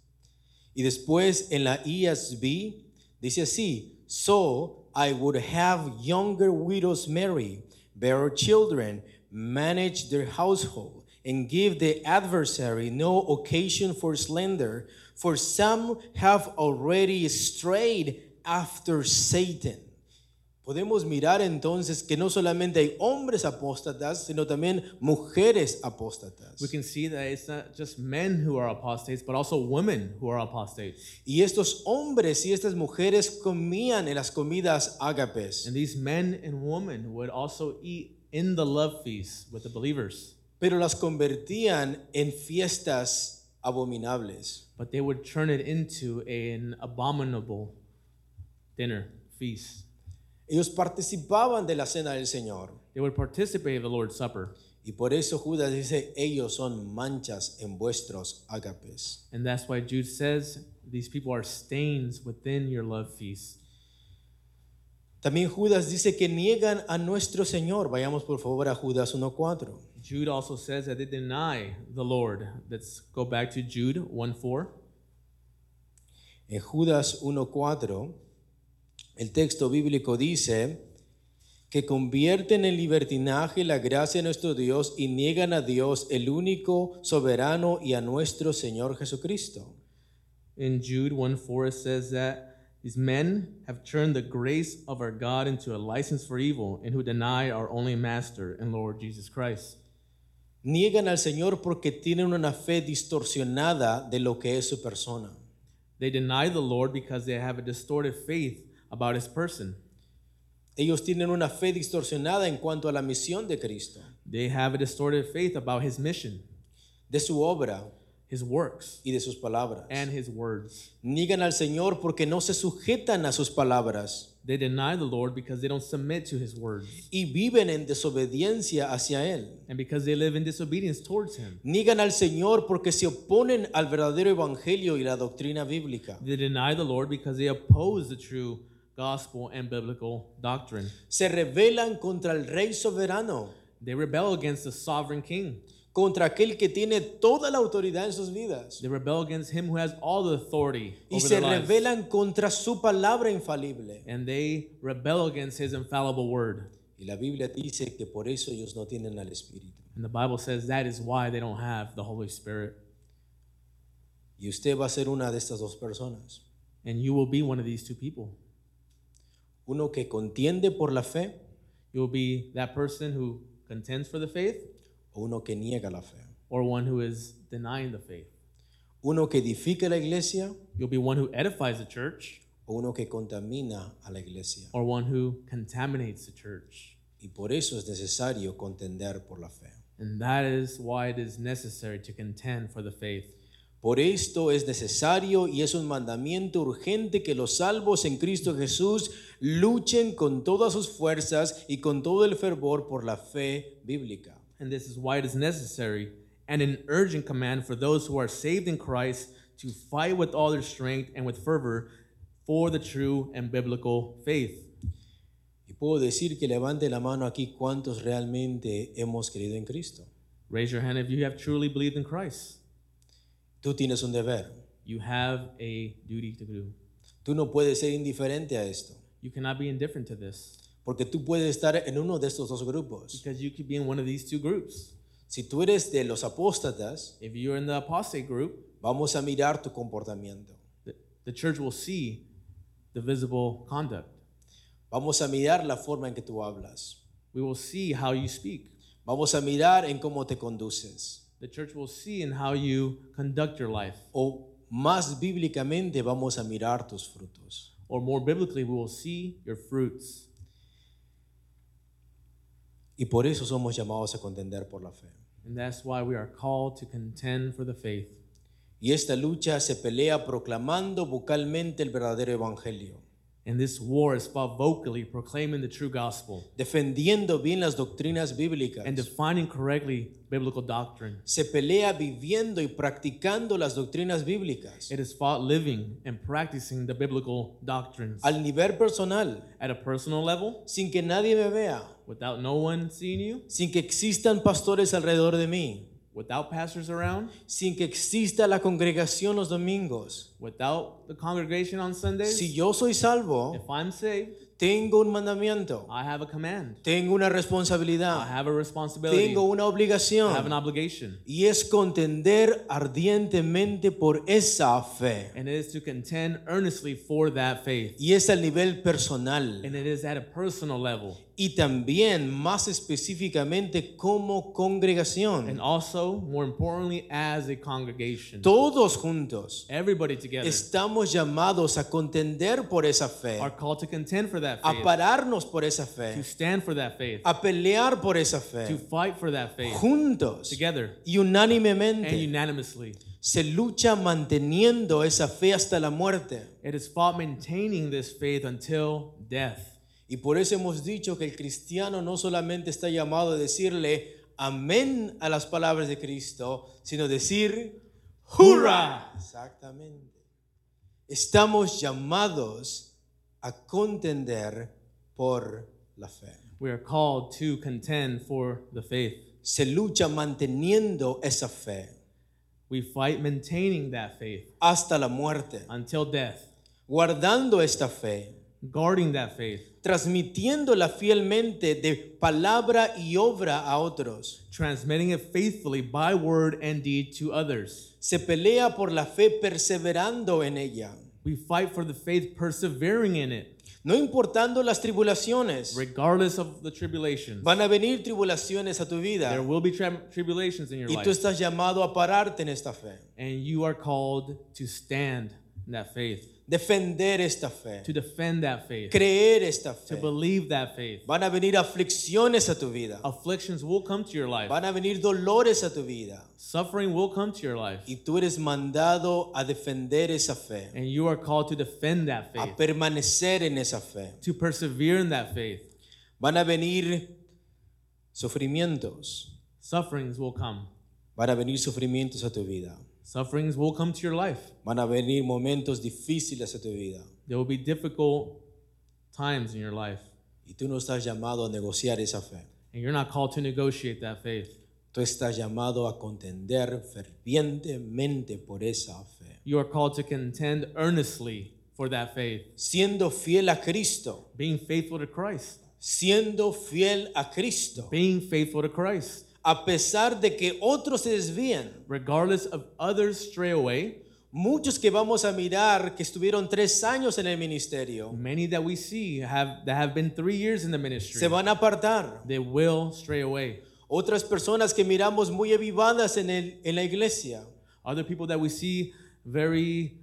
Speaker 1: Y después en la ESV dice así, So I would have younger widows marry, bear children, manage their household, and give the adversary no occasion for slander, for some have already strayed after Satan. Podemos mirar entonces que no solamente hay hombres apóstatas, sino también mujeres apóstatas.
Speaker 2: We can see that it's not just men who are apostates, but also women who are apostates.
Speaker 1: Y estos hombres y estas mujeres comían en las comidas ágapes.
Speaker 2: And these men and women would also eat in the love feast with the believers,
Speaker 1: pero las convertían en fiestas abominables.
Speaker 2: but they would turn it into an abominable dinner feast.
Speaker 1: Ellos participaban de la cena del Señor.
Speaker 2: They would participate in the Lord's Supper.
Speaker 1: Y por eso Judas dice, ellos son manchas en vuestros ágapes.
Speaker 2: And that's why Jude says these people are stains within your love feast.
Speaker 1: También Judas dice que niegan a nuestro Señor. Vayamos por favor a Judas 1.4.
Speaker 2: Jude also says that they deny the Lord. Let's go back to Jude 1 4.
Speaker 1: En Judas 1.4, el texto bíblico dice que convierten en libertinaje la gracia de nuestro Dios y niegan a Dios, el único soberano y a nuestro Señor Jesucristo.
Speaker 2: In Jude 1 4, it says that these men have turned the grace of our God into a license for evil and who deny our only master and Lord Jesus Christ.
Speaker 1: Niegan al Señor porque tienen una fe distorsionada de lo que es su persona.
Speaker 2: They deny the Lord because they have a distorted faith about his person.
Speaker 1: Ellos tienen una fe distorsionada en cuanto a la misión de Cristo,
Speaker 2: They have a distorted faith about his mission,
Speaker 1: de su obra
Speaker 2: his works,
Speaker 1: y de sus palabras.
Speaker 2: and his words.
Speaker 1: Niegan al Señor porque no se sujetan a sus palabras.
Speaker 2: They deny the Lord because they don't submit to his words
Speaker 1: y viven en desobediencia hacia Él.
Speaker 2: and because they live in disobedience towards him.
Speaker 1: Niegan al Señor porque se oponen al verdadero evangelio y la doctrina bíblica.
Speaker 2: They deny the Lord because they oppose the true gospel and biblical doctrine.
Speaker 1: Se rebelan contra el Rey soberano,
Speaker 2: They rebel against the sovereign king.
Speaker 1: contra aquel que tiene toda la autoridad en sus vidas.
Speaker 2: They rebel against him who has all the authority
Speaker 1: Y
Speaker 2: over
Speaker 1: se
Speaker 2: their lives.
Speaker 1: rebelan contra su palabra infalible.
Speaker 2: And they rebel against his infallible word.
Speaker 1: Y la Biblia dice que por eso ellos no tienen al Espíritu.
Speaker 2: And the Bible says that is why they don't have the Holy Spirit.
Speaker 1: Y usted va a ser una de estas dos personas.
Speaker 2: And you will be one of these two people.
Speaker 1: Uno que contiende por la fe
Speaker 2: You will be that person who contends for the faith
Speaker 1: o uno que niega la fe.
Speaker 2: or one who is denying the faith.
Speaker 1: Uno que edifica la iglesia
Speaker 2: You'll be one who edifies the church
Speaker 1: o uno que contamina a la iglesia.
Speaker 2: or one who contaminates the church.
Speaker 1: Y por eso es necesario contender por la fe.
Speaker 2: And that is why it is necessary to contend for the faith.
Speaker 1: Por esto es necesario y es un mandamiento urgente que los salvos en Cristo Jesús luchen con todas sus fuerzas y con todo el fervor por la fe bíblica.
Speaker 2: And this is why it is necessary and an urgent command for those who are saved in Christ to fight with all their strength and with fervor for the true and biblical faith.
Speaker 1: Y puedo decir que levante la mano aquí cuántos realmente hemos creído en Cristo.
Speaker 2: Raise your hand if you have truly believed in Christ.
Speaker 1: Tú tienes un deber.
Speaker 2: You have a duty to do.
Speaker 1: Tú no puedes ser indiferente a esto,
Speaker 2: You cannot be indifferent to this
Speaker 1: porque tú puedes estar en uno de estos dos grupos.
Speaker 2: because you could be in one of these two groups.
Speaker 1: Si tú eres de los apóstatas,
Speaker 2: If you're in the apostate group,
Speaker 1: vamos a mirar tu comportamiento.
Speaker 2: the, the church will see the visible conduct.
Speaker 1: Vamos a mirar la forma en que tú hablas.
Speaker 2: We will see how you speak.
Speaker 1: Vamos a mirar en cómo te conduces.
Speaker 2: The church will see in how you conduct your life.
Speaker 1: O más bíblicamente vamos a mirar tus frutos.
Speaker 2: or more biblically, we will see your fruits.
Speaker 1: Y por eso somos llamados a contender por la fe.
Speaker 2: And that's why we are called to contend for the faith.
Speaker 1: Y esta lucha se pelea proclamando vocalmente el verdadero evangelio,
Speaker 2: And this war is fought vocally, proclaiming the true gospel
Speaker 1: defendiendo bien las doctrinas bíblicas.
Speaker 2: and defining correctly biblical doctrine.
Speaker 1: Se pelea viviendo y practicando las doctrinas bíblicas
Speaker 2: It is fought living and practicing the biblical doctrines
Speaker 1: al nivel personal,
Speaker 2: at a personal level,
Speaker 1: sin que nadie me vea,
Speaker 2: without no one seeing you,
Speaker 1: sin que existan pastores alrededor de mí,
Speaker 2: without pastors around,
Speaker 1: sin que exista la congregación los domingos.
Speaker 2: without the congregation on Sundays,
Speaker 1: Si yo soy salvo,
Speaker 2: if I'm saved,
Speaker 1: tengo un mandamiento,
Speaker 2: I have a command.
Speaker 1: tengo una
Speaker 2: I
Speaker 1: responsabilidad,
Speaker 2: have a responsibility.
Speaker 1: tengo una
Speaker 2: I have an
Speaker 1: obligación.
Speaker 2: obligation.
Speaker 1: Y es contender ardientemente por esa fe.
Speaker 2: And it is to contend earnestly for that faith.
Speaker 1: Y es al nivel personal.
Speaker 2: And it is at a personal level.
Speaker 1: Y también, más específicamente, como
Speaker 2: And
Speaker 1: congregación.
Speaker 2: also, more importantly, as a congregation.
Speaker 1: Todos juntos
Speaker 2: Everybody together
Speaker 1: estamos llamados a contender por esa fe,
Speaker 2: are called to contend for that
Speaker 1: a
Speaker 2: faith,
Speaker 1: pararnos por esa
Speaker 2: to
Speaker 1: fe,
Speaker 2: stand for that faith,
Speaker 1: a pelear por esa
Speaker 2: to
Speaker 1: fe.
Speaker 2: fight for that faith
Speaker 1: Juntos
Speaker 2: together
Speaker 1: y
Speaker 2: and
Speaker 1: unánimemente
Speaker 2: unanimously.
Speaker 1: se lucha manteniendo esa fe hasta la muerte.
Speaker 2: It is fought maintaining this faith until death.
Speaker 1: Y por eso hemos dicho que el cristiano no solamente está llamado a decirle amén a las palabras de Cristo, sino decir
Speaker 2: Hurrah!
Speaker 1: Exactamente. Estamos llamados a contender por la fe.
Speaker 2: We are called to contend for the faith.
Speaker 1: Se lucha manteniendo esa fe
Speaker 2: We fight maintaining that faith
Speaker 1: hasta la muerte,
Speaker 2: until death,
Speaker 1: guardando esta fe,
Speaker 2: guarding that faith,
Speaker 1: transmitiéndola fielmente de palabra y obra a otros.
Speaker 2: transmitting it faithfully by word and deed to others.
Speaker 1: Se pelea por la fe perseverando en ella,
Speaker 2: We fight for the faith, persevering in it,
Speaker 1: no importando las tribulaciones.
Speaker 2: regardless of the tribulations.
Speaker 1: Van a venir tribulaciones a tu
Speaker 2: There
Speaker 1: vida
Speaker 2: will be tri- tribulations in your
Speaker 1: y tú
Speaker 2: life,
Speaker 1: estás llamado a pararte en esta fe.
Speaker 2: and you are called to stand in that faith,
Speaker 1: defender esta fe,
Speaker 2: to defend that faith,
Speaker 1: creer esta
Speaker 2: to
Speaker 1: fe.
Speaker 2: believe that faith.
Speaker 1: Van a venir aflicciones a tu vida,
Speaker 2: Afflictions will come to your life.
Speaker 1: van a venir dolores a tu vida
Speaker 2: Suffering will come to your life.
Speaker 1: y tú eres mandado a defender esa fe,
Speaker 2: And you are called to defend that
Speaker 1: a
Speaker 2: faith,
Speaker 1: permanecer en esa fe.
Speaker 2: to persevere in that faith.
Speaker 1: Van a venir sufrimientos,
Speaker 2: Sufferings will come.
Speaker 1: van a venir sufrimientos a tu vida,
Speaker 2: Sufferings will come to your life.
Speaker 1: van a venir momentos difíciles a tu vida
Speaker 2: There will be difficult times in your life.
Speaker 1: y tú no estás llamado a negociar esa fe.
Speaker 2: And you're not called to negotiate that faith.
Speaker 1: Tú estás llamado a contender fervientemente por esa fe,
Speaker 2: You are called to contend earnestly for that faith,
Speaker 1: siendo fiel a Cristo.
Speaker 2: being faithful to Christ,
Speaker 1: siendo fiel a Cristo,
Speaker 2: being faithful to Christ,
Speaker 1: a pesar de que otros se desvían.
Speaker 2: regardless of others stray away.
Speaker 1: Muchos que vamos a mirar que estuvieron tres años en el ministerio
Speaker 2: Many that we see have that have been three years in the
Speaker 1: se
Speaker 2: ministry,
Speaker 1: van a apartar.
Speaker 2: they will stray away.
Speaker 1: Otras personas que miramos muy avivadas en, el- en la iglesia,
Speaker 2: Other people that we see very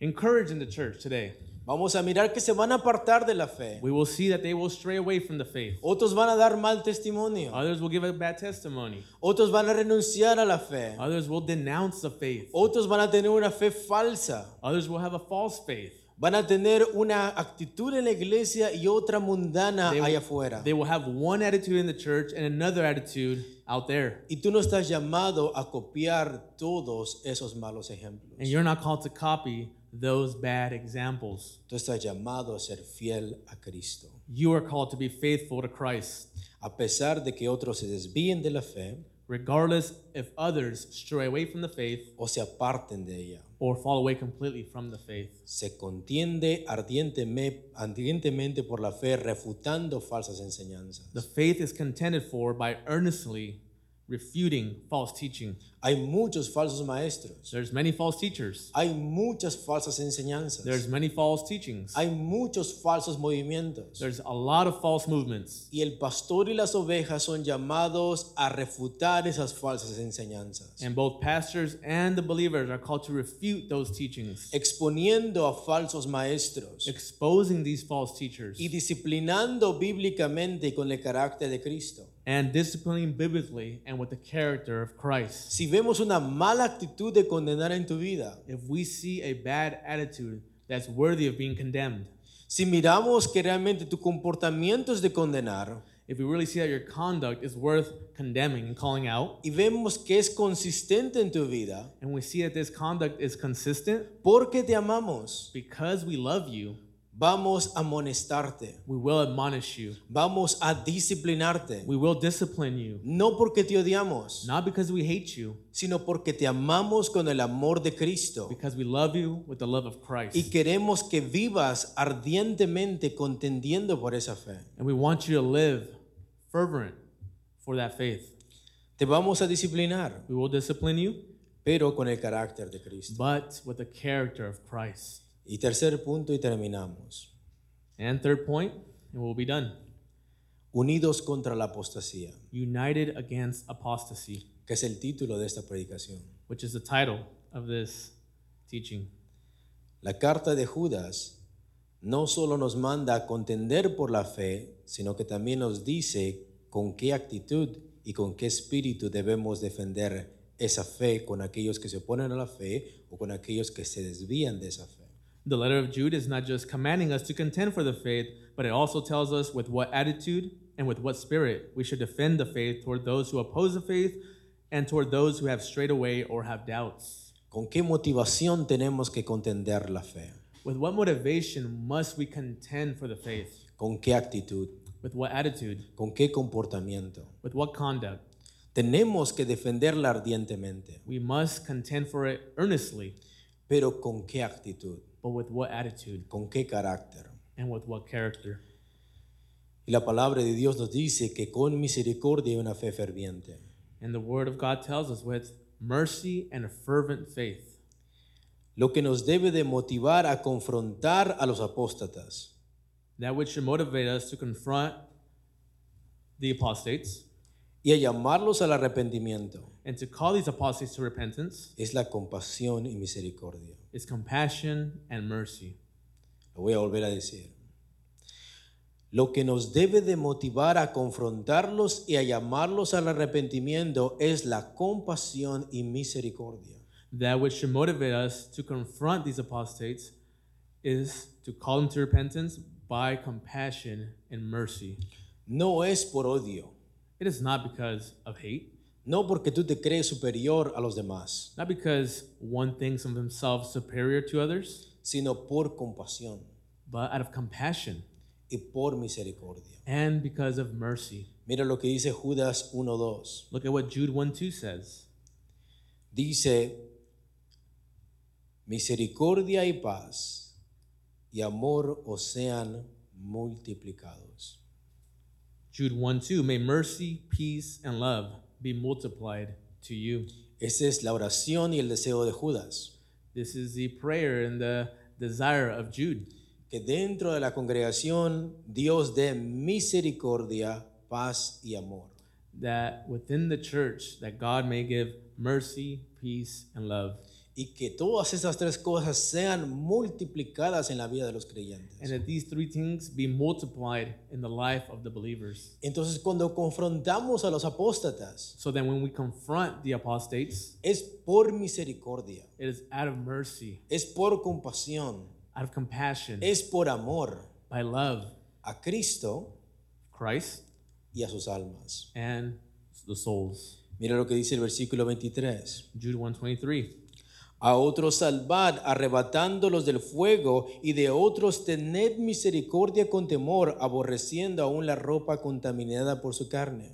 Speaker 2: encouraged in the church today,
Speaker 1: vamos a mirar que se van a apartar de la fe.
Speaker 2: we will see that they will stray away from the faith.
Speaker 1: Otros van a dar mal testimonio.
Speaker 2: Others will give a bad testimony.
Speaker 1: Otros van a renunciar a la fe.
Speaker 2: Others will denounce the faith.
Speaker 1: Otros van a tener una fe falsa.
Speaker 2: Others will have a false faith.
Speaker 1: Van a tener una actitud en la iglesia y otra mundana
Speaker 2: They will-
Speaker 1: allá afuera.
Speaker 2: They will have one attitude in the church and another attitude out there.
Speaker 1: Y tú no estás llamado a copiar todos esos malos ejemplos.
Speaker 2: And you're not called to copy those bad examples.
Speaker 1: Tú estás llamado a ser fiel a Cristo.
Speaker 2: You are called to be faithful to Christ,
Speaker 1: A pesar de que otros se desvíen de la fe
Speaker 2: regardless if others stray away from the faith
Speaker 1: o se aparten de ella,
Speaker 2: or fall away completely from the faith.
Speaker 1: se contiende ardienteme- ardientemente por la fe refutando falsas enseñanzas.
Speaker 2: The faith is contended for by earnestly refuting false teaching.
Speaker 1: Hay muchos falsos maestros.
Speaker 2: There's many false teachers.
Speaker 1: Hay muchas falsas enseñanzas.
Speaker 2: There's many false teachings.
Speaker 1: Hay muchos falsos movimientos.
Speaker 2: There's a lot of false movements.
Speaker 1: Y el pastor y las ovejas son llamados a refutar esas falsas enseñanzas.
Speaker 2: And both pastors and the believers are called to refute those teachings,
Speaker 1: exponiendo a falsos maestros
Speaker 2: exposing these false teachers
Speaker 1: y disciplinando bíblicamente con el carácter de Cristo.
Speaker 2: and disciplining biblically and with the character of Christ.
Speaker 1: Si vemos una mala actitud de condenar en tu vida,
Speaker 2: if we see a bad attitude that's worthy of being condemned,
Speaker 1: si miramos que realmente tu comportamiento es de condenar
Speaker 2: if we really see that your conduct is worth condemning and calling out,
Speaker 1: y vemos que es consistente en tu vida,
Speaker 2: and we see that this conduct is consistent
Speaker 1: porque te amamos,
Speaker 2: because we love you,
Speaker 1: Vamos a amonestarte.
Speaker 2: We will admonish you.
Speaker 1: Vamos a disciplinarte.
Speaker 2: We will discipline you.
Speaker 1: No porque te odiamos,
Speaker 2: Not because we hate you,
Speaker 1: sino porque te amamos con el amor de Cristo.
Speaker 2: because we love you with the love of Christ.
Speaker 1: Y queremos que vivas ardientemente contendiendo por esa fe.
Speaker 2: And we want you to live fervent for that faith.
Speaker 1: Te vamos a disciplinar,
Speaker 2: We will discipline you,
Speaker 1: pero con el carácter de Cristo.
Speaker 2: but with the character of Christ.
Speaker 1: Y tercer punto y terminamos.
Speaker 2: And third point, and we'll be done.
Speaker 1: Unidos contra la apostasía,
Speaker 2: United against apostasy,
Speaker 1: que es el título de esta predicación.
Speaker 2: which is the title of this teaching.
Speaker 1: La carta de Judas no solo nos manda a contender por la fe, sino que también nos dice con qué actitud y con qué espíritu debemos defender esa fe con aquellos que se oponen a la fe o con aquellos que se desvían de esa fe.
Speaker 2: The letter of Jude is not just commanding us to contend for the faith, but it also tells us with what attitude and with what spirit we should defend the faith toward those who oppose the faith and toward those who have strayed away or have doubts.
Speaker 1: ¿Con qué motivación tenemos que contender la fe?
Speaker 2: With what motivation must we contend for the faith?
Speaker 1: ¿Con qué actitud?
Speaker 2: With what attitude?
Speaker 1: ¿Con qué comportamiento?
Speaker 2: With what conduct?
Speaker 1: Tenemos que defenderla ardientemente,
Speaker 2: We must contend for it earnestly,
Speaker 1: pero ¿con qué actitud?
Speaker 2: but with what attitude
Speaker 1: ¿Con qué carácter?
Speaker 2: and with what character?
Speaker 1: Y la palabra de Dios nos dice que con misericordia y una fe ferviente.
Speaker 2: And the Word of God tells us with mercy and a fervent faith.
Speaker 1: Lo que nos debe de motivar a confrontar a los apóstatas
Speaker 2: that which should motivate us to confront the apostates
Speaker 1: y a llamarlos al arrepentimiento
Speaker 2: and to call these apostates to repentance
Speaker 1: es la compasión y misericordia.
Speaker 2: is compassion and mercy.
Speaker 1: Lo voy a volver a decir. Lo que nos debe de motivar a confrontarlos y a llamarlos al arrepentimiento es la compasión y misericordia.
Speaker 2: That which should motivate us to confront these apostates is to call them to repentance by compassion and mercy.
Speaker 1: No es por odio,
Speaker 2: It is not because of hate,
Speaker 1: no porque tú te crees superior a los demás,
Speaker 2: not because one thinks of themselves superior to others,
Speaker 1: sino por compasión
Speaker 2: but out of compassion
Speaker 1: y por misericordia.
Speaker 2: and because of mercy.
Speaker 1: Mira lo que dice Judas 1.2.
Speaker 2: Look at what Jude 1 2 says.
Speaker 1: Dice, misericordia y paz y amor os sean multiplicados.
Speaker 2: Jude 1 2, may mercy, peace, and love be multiplied to you.
Speaker 1: Esa es la oración y el deseo de Judas,
Speaker 2: This is the prayer and the desire of Jude
Speaker 1: que dentro de la congregación Dios dé misericordia, paz y amor.
Speaker 2: that within the church that God may give mercy, peace, and love.
Speaker 1: Y que todas esas tres cosas sean multiplicadas en la vida de los
Speaker 2: And
Speaker 1: creyentes.
Speaker 2: that these three things be multiplied in the life of the believers.
Speaker 1: Entonces cuando confrontamos a los apóstatas,
Speaker 2: So that when we confront the apostates,
Speaker 1: es por misericordia,
Speaker 2: it is out of mercy,
Speaker 1: es por compasión,
Speaker 2: out of compassion,
Speaker 1: es por amor
Speaker 2: by love,
Speaker 1: a Cristo
Speaker 2: Christ
Speaker 1: y a sus almas.
Speaker 2: and the souls.
Speaker 1: Mira lo que dice el versículo 23.
Speaker 2: Jude 123.
Speaker 1: A otros salvad, arrebatándolos del fuego, y de otros tened misericordia con temor, aborreciendo aún la ropa contaminada por su carne.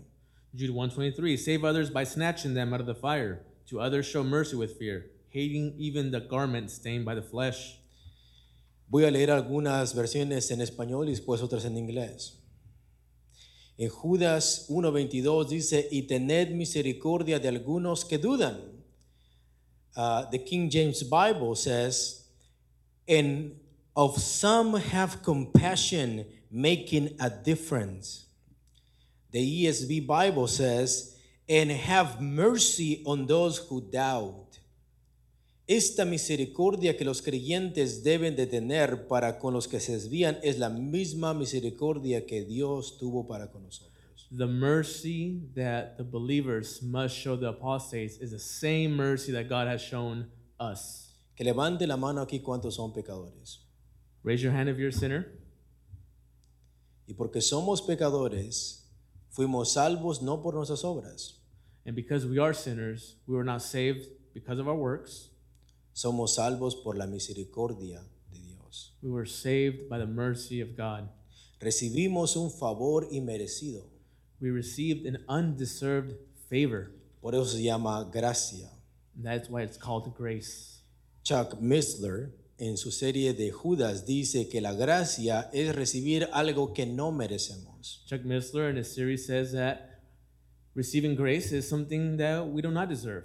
Speaker 2: Jude 123, save others by snatching them out of the fire. To others show mercy with fear, hating even the garment stained by the flesh.
Speaker 1: Voy a leer algunas versiones en español y después otras en inglés. En Judas 1.22 dice, y tened misericordia de algunos que dudan. Uh, the King James Bible says, and of some have compassion, making a difference. The ESV Bible says, and have mercy on those who doubt. Esta misericordia que los creyentes deben de tener para con los que se desvían es la misma misericordia que Dios tuvo para con nosotros.
Speaker 2: The mercy that the believers must show the apostates is the same mercy that God has shown us.
Speaker 1: Que levante la mano aquí cuantos son pecadores.
Speaker 2: Raise your hand if you're a sinner.
Speaker 1: Y porque somos pecadores, fuimos salvos no por nuestras obras,
Speaker 2: And because we are sinners, we were not saved because of our works.
Speaker 1: somos salvos por la misericordia de Dios.
Speaker 2: We We were saved by the mercy of God.
Speaker 1: Recibimos un favor inmerecido.
Speaker 2: We received an undeserved favor.
Speaker 1: Por eso se llama gracia.
Speaker 2: That's why it's called grace.
Speaker 1: Chuck Missler, en su serie de Judas, dice que la gracia es recibir algo que no merecemos.
Speaker 2: Chuck Missler in his series says that receiving grace is something that we do not deserve,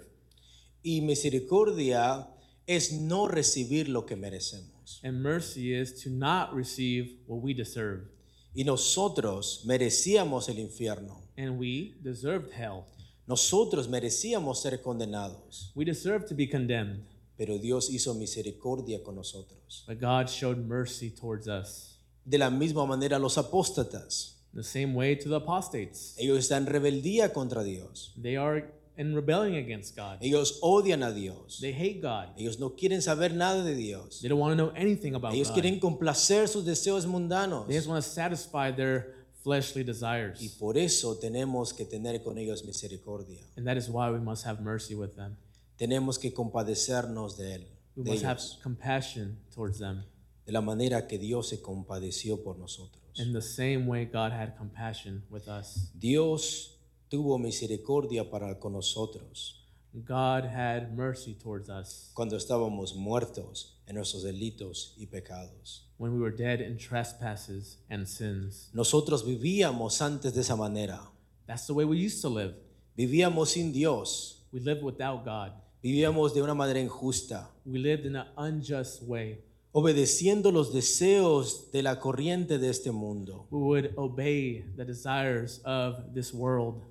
Speaker 1: Y misericordia es no recibir lo que merecemos.
Speaker 2: and mercy is to not receive what we deserve.
Speaker 1: Y nosotros merecíamos el infierno.
Speaker 2: And we deserved hell.
Speaker 1: Nosotros merecíamos ser condenados.
Speaker 2: We deserved to be condemned,
Speaker 1: Pero Dios hizo misericordia con nosotros.
Speaker 2: but God showed mercy towards us.
Speaker 1: De la misma manera los apóstatas.
Speaker 2: The same way to the apostates.
Speaker 1: Ellos están en rebeldía contra Dios.
Speaker 2: They are in rebellion against God.
Speaker 1: Ellos odian a Dios.
Speaker 2: They hate God.
Speaker 1: Ellos no quieren saber nada de Dios.
Speaker 2: They don't want to know anything about
Speaker 1: Ellos
Speaker 2: God.
Speaker 1: quieren complacer sus deseos mundanos.
Speaker 2: They just want to satisfy their fleshly
Speaker 1: Y
Speaker 2: desires.
Speaker 1: por eso tenemos que tener con ellos misericordia.
Speaker 2: And that is why we must have mercy with them.
Speaker 1: Tenemos que compadecernos de él,
Speaker 2: We
Speaker 1: de
Speaker 2: must have
Speaker 1: ellos,
Speaker 2: compassion towards them
Speaker 1: de la manera que Dios se compadeció por nosotros.
Speaker 2: in the same way God had compassion with us.
Speaker 1: Dios tuvo misericordia para con nosotros
Speaker 2: God had mercy towards us
Speaker 1: cuando estábamos muertos en nuestros delitos y pecados.
Speaker 2: when we were dead in trespasses and sins.
Speaker 1: Nosotros vivíamos antes de esa manera.
Speaker 2: That's the way we used to live.
Speaker 1: Vivíamos sin Dios.
Speaker 2: We lived without God.
Speaker 1: Vivíamos de una manera injusta,
Speaker 2: We lived in an unjust way.
Speaker 1: obedeciendo los deseos de la corriente de este mundo.
Speaker 2: We would obey the desires of this world.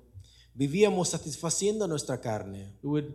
Speaker 1: Vivíamos satisfaciendo nuestra carne,
Speaker 2: We would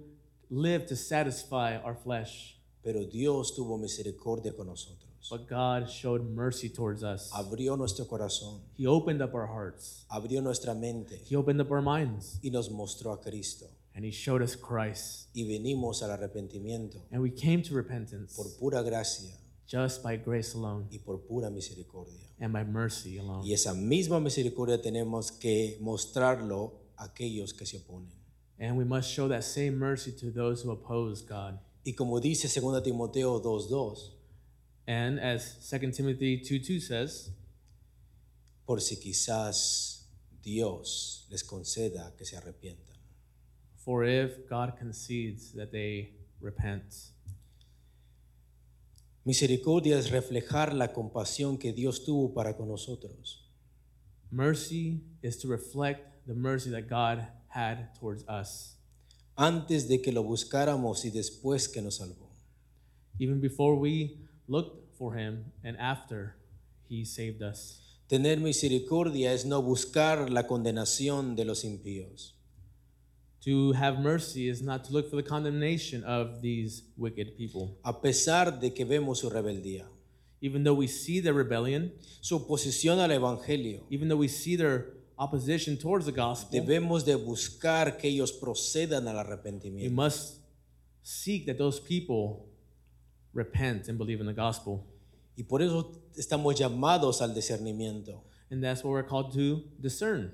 Speaker 2: live to satisfy our flesh.
Speaker 1: pero Dios tuvo misericordia con nosotros.
Speaker 2: But God showed mercy towards us.
Speaker 1: Abrió nuestro corazón,
Speaker 2: He opened up our hearts.
Speaker 1: abrió nuestra mente
Speaker 2: He opened up our minds.
Speaker 1: y nos mostró a Cristo.
Speaker 2: And He showed us Christ.
Speaker 1: Y venimos al arrepentimiento
Speaker 2: And we came to repentance
Speaker 1: por pura gracia
Speaker 2: just by grace alone
Speaker 1: y por pura misericordia.
Speaker 2: and by mercy alone.
Speaker 1: Y esa misma misericordia tenemos que mostrarlo a aquellos que se oponen.
Speaker 2: And we must show that same mercy to those who oppose God.
Speaker 1: Y como dice 2 Timoteo 2.2,
Speaker 2: And as 2 Timothy 2 2 says,
Speaker 1: por si quizás Dios les conceda que se arrepientan.
Speaker 2: For if God concedes that they repent,
Speaker 1: Misericordia es reflejar la compasión que Dios tuvo para con nosotros.
Speaker 2: mercy is to reflect the mercy that God had towards us,
Speaker 1: antes de que lo buscáramos y después que nos salvó.
Speaker 2: even before we looked for Him and after He saved us.
Speaker 1: Tener misericordia es no buscar la condenación de los impíos.
Speaker 2: To have mercy is not to look for the condemnation of these wicked people.
Speaker 1: A pesar de que vemos su rebeldía,
Speaker 2: Even though we see their rebellion,
Speaker 1: su oposición al Evangelio,
Speaker 2: even though we see their opposition towards the gospel,
Speaker 1: debemos de buscar que ellos procedan al
Speaker 2: we
Speaker 1: arrepentimiento.
Speaker 2: must seek that those people repent and believe in the gospel.
Speaker 1: Y por eso estamos llamados al discernimiento.
Speaker 2: And that's what we're called to discern.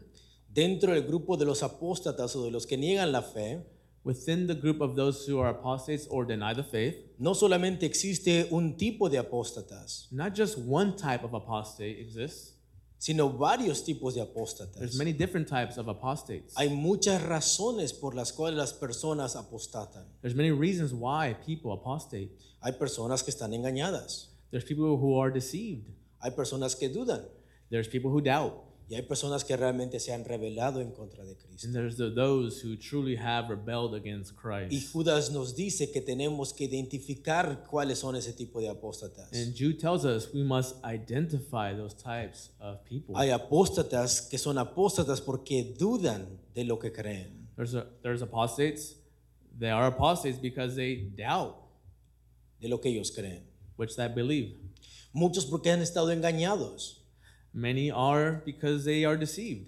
Speaker 1: Dentro del grupo de los apóstatas o de los que niegan la fe,
Speaker 2: Within the group of those who are apostates or deny the faith,
Speaker 1: no solamente existe un tipo de apóstatas,
Speaker 2: not just one type of apostate exists,
Speaker 1: sino varios tipos de apóstatas.
Speaker 2: there's many different types of apostates.
Speaker 1: Hay muchas razones por las cuales las personas apostatan.
Speaker 2: There's many reasons why people apostate.
Speaker 1: Hay personas que están engañadas,
Speaker 2: There's people who are deceived,
Speaker 1: hay personas que dudan
Speaker 2: there's people who doubt,
Speaker 1: y hay personas que realmente se han rebelado en contra de Cristo.
Speaker 2: and there's the, those who truly have rebelled against
Speaker 1: Y
Speaker 2: Christ.
Speaker 1: Judas nos dice que tenemos que identificar cuáles son ese tipo de apóstatas.
Speaker 2: And Jude tells us we must identify those types of people.
Speaker 1: Hay apóstatas que son apóstatas porque dudan de lo que creen.
Speaker 2: There's, a, there's apostates. They are apostates because they doubt
Speaker 1: De lo que ellos creen.
Speaker 2: which they believe.
Speaker 1: Muchos porque han estado engañados
Speaker 2: Many are because they are deceived,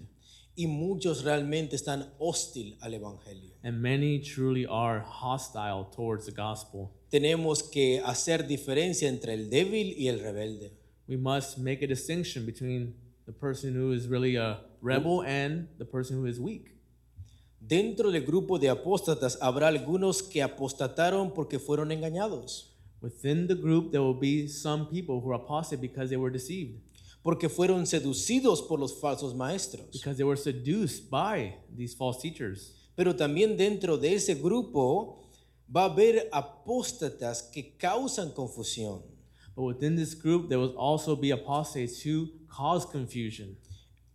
Speaker 1: y muchos realmente están hostil al Evangelio.
Speaker 2: and many truly are hostile towards the gospel.
Speaker 1: tenemos que hacer diferencia entre el débil y el rebelde.
Speaker 2: We must make a distinction between the person who is really a rebel and the person who is weak.
Speaker 1: Dentro del grupo de apóstatas habrá algunos que apostataron porque fueron engañados.
Speaker 2: Within the group, there will be some people who are apostate because they were deceived,
Speaker 1: porque fueron seducidos por los falsos maestros.
Speaker 2: because they were seduced by these false teachers.
Speaker 1: Pero también dentro de ese grupo va a haber apóstatas que causan confusión.
Speaker 2: But within this group, there will also be apostates who cause confusion.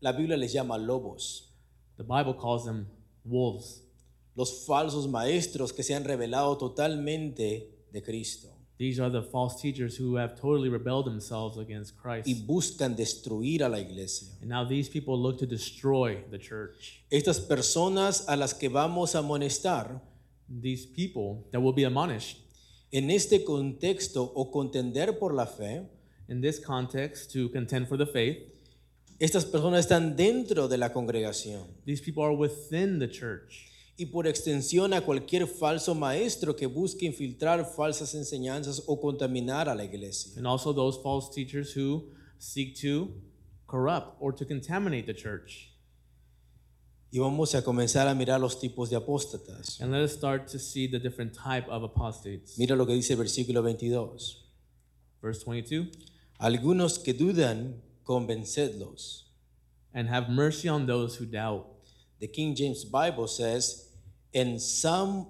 Speaker 1: La Biblia les llama lobos,
Speaker 2: The Bible calls them wolves.
Speaker 1: los falsos maestros que se han revelado totalmente de Cristo
Speaker 2: These are the false teachers who have totally rebelled themselves against Christ.
Speaker 1: y buscan destruir a la iglesia.
Speaker 2: And now these people look to destroy the church.
Speaker 1: Estas personas a las que vamos a amonestar
Speaker 2: These people that will be admonished
Speaker 1: en este contexto o contender por la fe,
Speaker 2: in this context to contend for the faith.
Speaker 1: estas personas están dentro de la congregación
Speaker 2: These people are within the church.
Speaker 1: y por extensión a cualquier falso maestro que busque infiltrar falsas enseñanzas o contaminar a la iglesia.
Speaker 2: and also those false teachers who seek to corrupt or to contaminate the church.
Speaker 1: Y vamos a comenzar a mirar los tipos de apóstatas.
Speaker 2: And let us start to see the different type of apostates.
Speaker 1: Mira lo que dice el versículo 22.
Speaker 2: Verse 22,
Speaker 1: Algunos que dudan, convencedlos.
Speaker 2: and have mercy on those who doubt.
Speaker 1: The King James Bible says, and some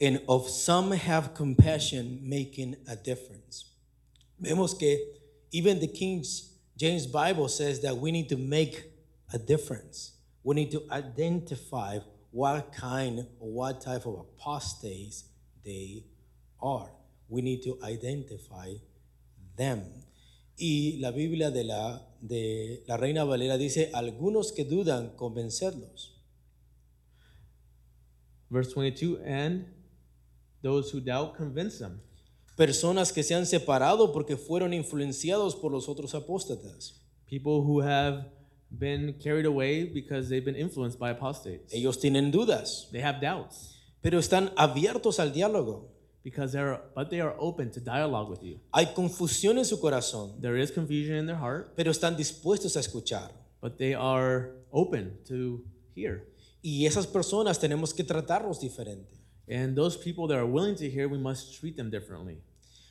Speaker 1: and of some have compassion making a difference. Vemos que even the King James Bible says that we need to make a difference. We need to identify what kind or what type of apostates they are. We need to identify them. Y la Biblia de la, de la Reina Valera dice, algunos que dudan, convencerlos.
Speaker 2: Verse 22, and those who doubt convince them.
Speaker 1: Personas que se han separado porque fueron influenciados por los otros apóstatas.
Speaker 2: People who have been carried away because they've been influenced by apostates.
Speaker 1: Ellos tienen dudas,
Speaker 2: They have doubts
Speaker 1: pero están abiertos al diálogo.
Speaker 2: because they're but they are open to dialogue with you.
Speaker 1: Hay confusión en su corazón,
Speaker 2: There is confusion in their heart,
Speaker 1: pero están dispuestos a escuchar.
Speaker 2: but they are open to hear.
Speaker 1: Y esas personas tenemos que tratarlos diferente.
Speaker 2: And those people that are willing to hear, we must treat them differently.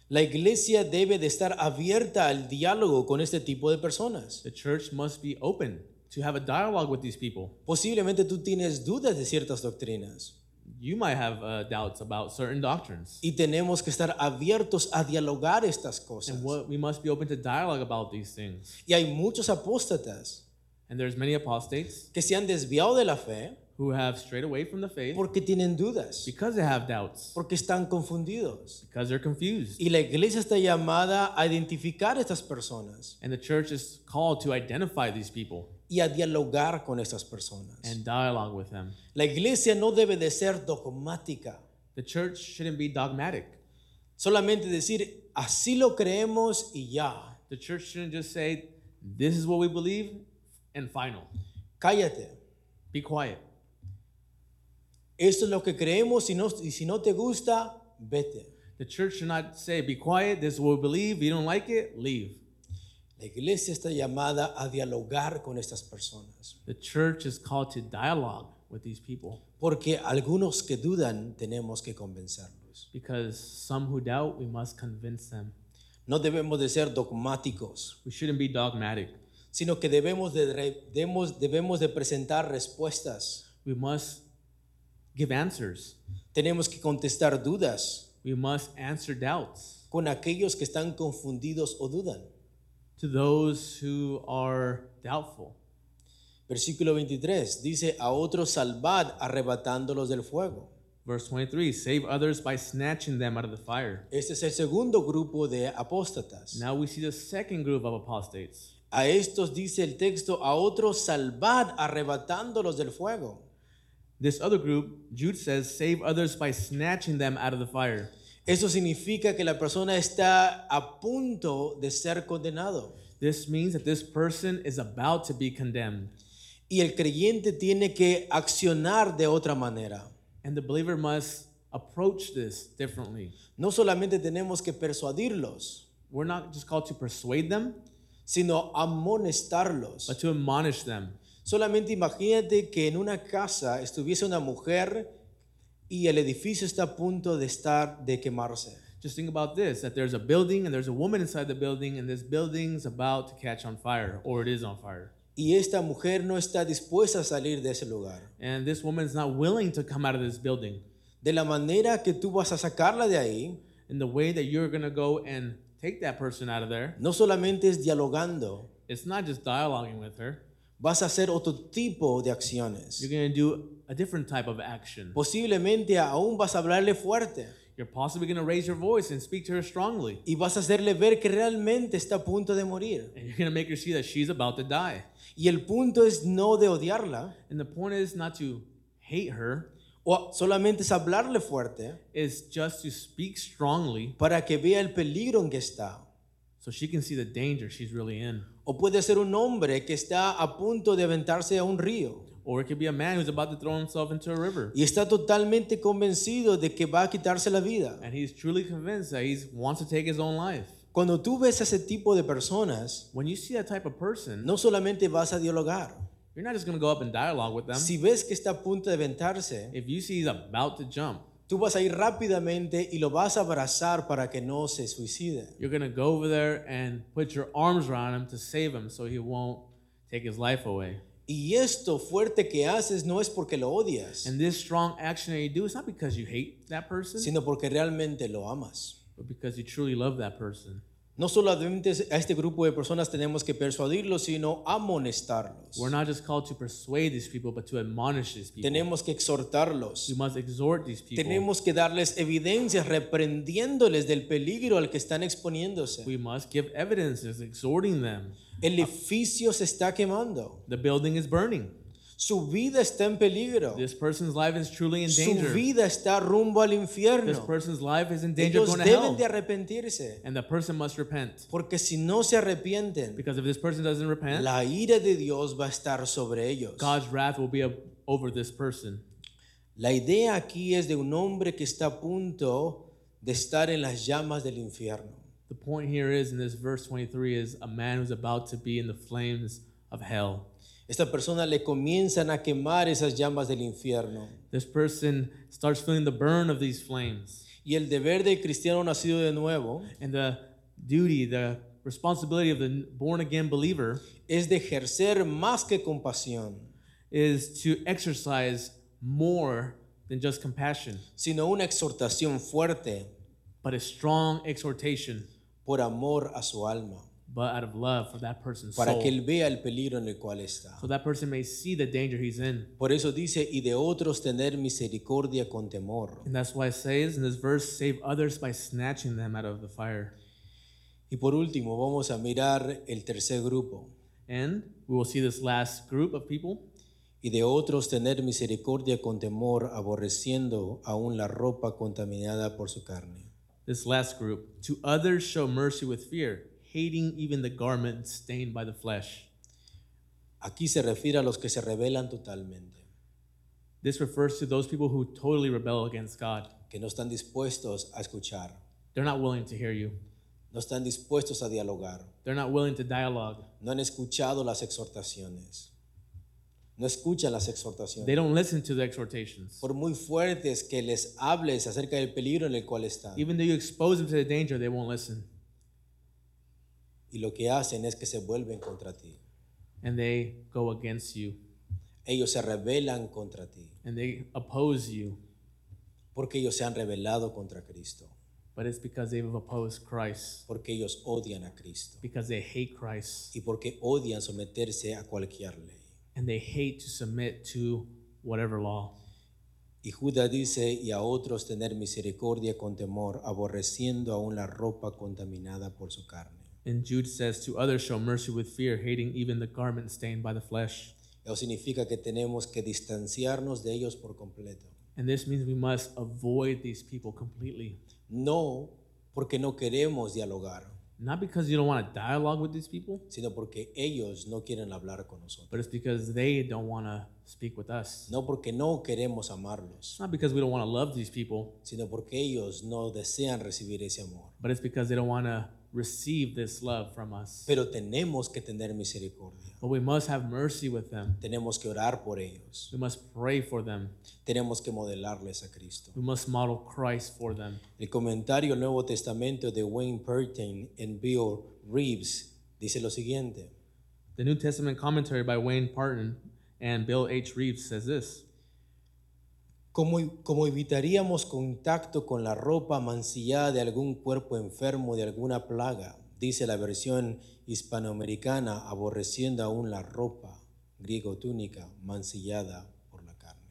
Speaker 1: La iglesia debe de estar abierta al diálogo con este tipo de personas.
Speaker 2: The church must be open to have a dialogue with these people.
Speaker 1: Posiblemente tú tienes dudas de ciertas doctrinas
Speaker 2: You might have uh, doubts about certain doctrines.
Speaker 1: y tenemos que estar abiertos a dialogar estas cosas.
Speaker 2: And what, we must be open to dialogue about these things.
Speaker 1: Y hay muchos apóstatas
Speaker 2: And there's many apostates
Speaker 1: que se han desviado de la fe
Speaker 2: who have strayed away from the faith
Speaker 1: porque tienen dudas,
Speaker 2: because they have doubts,
Speaker 1: porque están confundidos.
Speaker 2: because they're confused.
Speaker 1: Y la iglesia está llamada a identificar a estas personas
Speaker 2: And the church is called to identify these people
Speaker 1: y a dialogar con estas personas.
Speaker 2: and dialogue with them.
Speaker 1: La iglesia no debe de ser dogmática,
Speaker 2: The church shouldn't be dogmatic.
Speaker 1: solamente decir, así lo creemos y ya.
Speaker 2: The church shouldn't just say, this is what we believe, and final.
Speaker 1: Cállate.
Speaker 2: Be quiet.
Speaker 1: Esto es lo que creemos y, no, y si no te gusta, vete.
Speaker 2: The church should not say, be quiet, this is what we believe, if you don't like it, leave.
Speaker 1: La iglesia está llamada a dialogar con estas personas,
Speaker 2: The church is called to dialogue with these people
Speaker 1: porque algunos que dudan tenemos que convencerlos.
Speaker 2: because some who doubt, we must convince them.
Speaker 1: No debemos de ser dogmáticos,
Speaker 2: We shouldn't be dogmatic.
Speaker 1: sino que debemos de, re- demos- debemos de presentar respuestas.
Speaker 2: We must give answers.
Speaker 1: Tenemos que contestar dudas
Speaker 2: We must answer doubts
Speaker 1: con aquellos que están confundidos o dudan.
Speaker 2: to those who are doubtful.
Speaker 1: Versículo 23 dice, a otros salvad arrebatándolos del fuego.
Speaker 2: Verse 23 save others by snatching them out of the fire.
Speaker 1: Este es el segundo grupo de apóstatas.
Speaker 2: Now we see the second group of apostates.
Speaker 1: A estos dice el texto, a otros salvad arrebatándolos del fuego.
Speaker 2: This other group, Jude says, save others by snatching them out of the fire.
Speaker 1: Eso significa que la persona está a punto de ser condenado.
Speaker 2: This means that this person is about to be condemned,
Speaker 1: Y el creyente tiene que accionar de otra manera.
Speaker 2: and the believer must approach this differently.
Speaker 1: No solamente tenemos que persuadirlos,
Speaker 2: We're not just called to persuade them,
Speaker 1: sino amonestarlos.
Speaker 2: but to admonish them.
Speaker 1: Solamente imagínate que en una casa estuviese una mujer y el edificio está a punto de estar de quemarse.
Speaker 2: Just think about this that there's a building and there's a woman inside the building, and this building's about to catch on fire, or it is on fire.
Speaker 1: Y esta mujer no está dispuesta a salir de ese lugar.
Speaker 2: And this woman's not willing to come out of this building.
Speaker 1: De la manera que tú vas a sacarla de ahí,
Speaker 2: And the way that you're going to go and take that person out of there,
Speaker 1: no solamente es dialogando,
Speaker 2: it's not just dialoguing with her,
Speaker 1: vas a hacer otro tipo de acciones.
Speaker 2: you're going to do a different type of action.
Speaker 1: Posiblemente aún vas a hablarle fuerte
Speaker 2: You're possibly going to raise your voice and speak to her strongly.
Speaker 1: y vas a hacerle ver que realmente está a punto de morir.
Speaker 2: And you're going to make her see that she's about to die.
Speaker 1: Y el punto es no de odiarla
Speaker 2: And the point is not to hate her,
Speaker 1: o solamente es hablarle fuerte
Speaker 2: it's just to speak strongly
Speaker 1: para que vea el peligro en que está.
Speaker 2: so she can see the danger she's really in.
Speaker 1: O puede ser un hombre que está a punto de aventarse a un río
Speaker 2: Or it could be a man who's about to throw himself into a river.
Speaker 1: y está totalmente convencido de que va a quitarse la vida.
Speaker 2: And he's truly convinced that he wants to take his own life.
Speaker 1: Cuando tú ves a ese tipo de personas,
Speaker 2: When you see that type of person,
Speaker 1: no solamente vas a dialogar.
Speaker 2: you're not just going to go up and dialogue with them.
Speaker 1: Si ves que está a punto de aventarse,
Speaker 2: If you see he's about to jump,
Speaker 1: tú vas a ir rápidamente y lo vas a abrazar para que no se suicide.
Speaker 2: you're going to go over there and put your arms around him to save him so he won't take his life away.
Speaker 1: Y esto fuerte que haces no es porque lo odias,
Speaker 2: And this strong action that you do, it's not because you hate that person,
Speaker 1: sino porque realmente lo amas.
Speaker 2: but because you truly love that person.
Speaker 1: No solamente a este grupo de personas tenemos que persuadirlos, sino amonestarlos.
Speaker 2: We're not just called to persuade these people, but to admonish these people.
Speaker 1: Tenemos que
Speaker 2: We
Speaker 1: exhortarlos.
Speaker 2: must exhort these people.
Speaker 1: Tenemos que darles evidencias reprendiéndoles del peligro al que están exponiéndose.
Speaker 2: We must give evidences, exhorting them.
Speaker 1: El edificio se está quemando.
Speaker 2: The building is burning.
Speaker 1: Su vida está en peligro.
Speaker 2: This person's life is truly in
Speaker 1: Su
Speaker 2: danger.
Speaker 1: vida está rumbo al
Speaker 2: This
Speaker 1: infierno.
Speaker 2: person's life is in danger of
Speaker 1: Ellos
Speaker 2: going to hell.
Speaker 1: deben de arrepentirse.
Speaker 2: And the person must repent.
Speaker 1: Porque si no se arrepienten,
Speaker 2: Because if this person doesn't repent,
Speaker 1: la ira de Dios va a estar sobre ellos.
Speaker 2: God's wrath will be up over this person.
Speaker 1: La idea aquí es de un hombre que está a punto de estar en las llamas del infierno.
Speaker 2: The point here is in this verse 23 is a man who's about to be in the flames of hell.
Speaker 1: Esta persona le comienzan a quemar esas llamas del infierno.
Speaker 2: This person starts feeling the burn of these flames.
Speaker 1: Y el deber del cristiano nacido de nuevo
Speaker 2: And the duty, the responsibility of the born again believer
Speaker 1: es de ejercer más que compasión,
Speaker 2: is to exercise more than just compassion,
Speaker 1: sino una exhortación fuerte
Speaker 2: but a strong exhortation,
Speaker 1: por amor a su alma,
Speaker 2: but out of love for that person's
Speaker 1: para que
Speaker 2: soul.
Speaker 1: él vea el peligro en el cual está.
Speaker 2: So that person may see the danger he's in.
Speaker 1: Por eso dice, y de otros tener misericordia con temor.
Speaker 2: And that's why it says in this verse, save others by snatching them out of the fire.
Speaker 1: Y por último, vamos a mirar el tercer grupo.
Speaker 2: And we will see this last group of people
Speaker 1: y de otros tener misericordia con temor, aborreciendo aún la ropa contaminada por su carne.
Speaker 2: This last group, to others show mercy with fear, hating even the garment stained by the flesh.
Speaker 1: Aquí se refiere a los que se rebelan totalmente,
Speaker 2: This refers to those people who totally rebel against God.
Speaker 1: que no están dispuestos a escuchar,
Speaker 2: They're not willing to hear you,
Speaker 1: no están dispuestos a dialogar,
Speaker 2: they're not willing to dialogue.
Speaker 1: no han escuchado las exhortaciones, no escuchan las
Speaker 2: They
Speaker 1: exhortaciones.
Speaker 2: don't listen to the exhortations.
Speaker 1: Por muy fuertes que les hables acerca del peligro en el cual están,
Speaker 2: Even though you expose them to the danger, they won't listen.
Speaker 1: y lo que hacen es que se vuelven contra ti.
Speaker 2: And they go against you,
Speaker 1: Ellos se rebelan contra ti,
Speaker 2: and they oppose you,
Speaker 1: porque ellos se han rebelado contra Cristo,
Speaker 2: but it's because they've opposed Christ,
Speaker 1: porque ellos odian a Cristo.
Speaker 2: because they hate Christ,
Speaker 1: y porque odian someterse a cualquier ley.
Speaker 2: and they hate to submit to whatever law.
Speaker 1: Y Judas dice, y a otros tener misericordia con temor, aborreciendo aún la ropa contaminada por su carne.
Speaker 2: And Jude says, To others show mercy with fear, hating even the garment stained by the flesh.
Speaker 1: Eso significa que tenemos que distanciarnos de ellos por completo.
Speaker 2: And this means we must avoid these people completely.
Speaker 1: No porque no queremos dialogar,
Speaker 2: Not because you don't want to dialogue with these people,
Speaker 1: sino porque ellos no quieren hablar con nosotros.
Speaker 2: but it's because they don't want to speak with us.
Speaker 1: No porque no queremos
Speaker 2: It's
Speaker 1: amarlos,
Speaker 2: not because we don't want to love these people,
Speaker 1: sino porque ellos no desean recibir ese amor.
Speaker 2: but it's because they don't want to receive this love from us.
Speaker 1: pero tenemos que tener misericordia.
Speaker 2: But we must have mercy with them.
Speaker 1: Tenemos que orar por ellos.
Speaker 2: We must pray for them.
Speaker 1: Tenemos que modelarles a Cristo.
Speaker 2: We must model Christ for them.
Speaker 1: El comentario al Nuevo Testamento de Wayne Purtain en Bill Reeves dice lo siguiente.
Speaker 2: The New Testament commentary by Wayne Parton and Bill H. Reeves says this
Speaker 1: Como, como evitaríamos contacto con la ropa mancillada de algún cuerpo enfermo de alguna plaga, dice la versión hispanoamericana, aborreciendo aún la ropa, griego túnica, mancillada por la carne.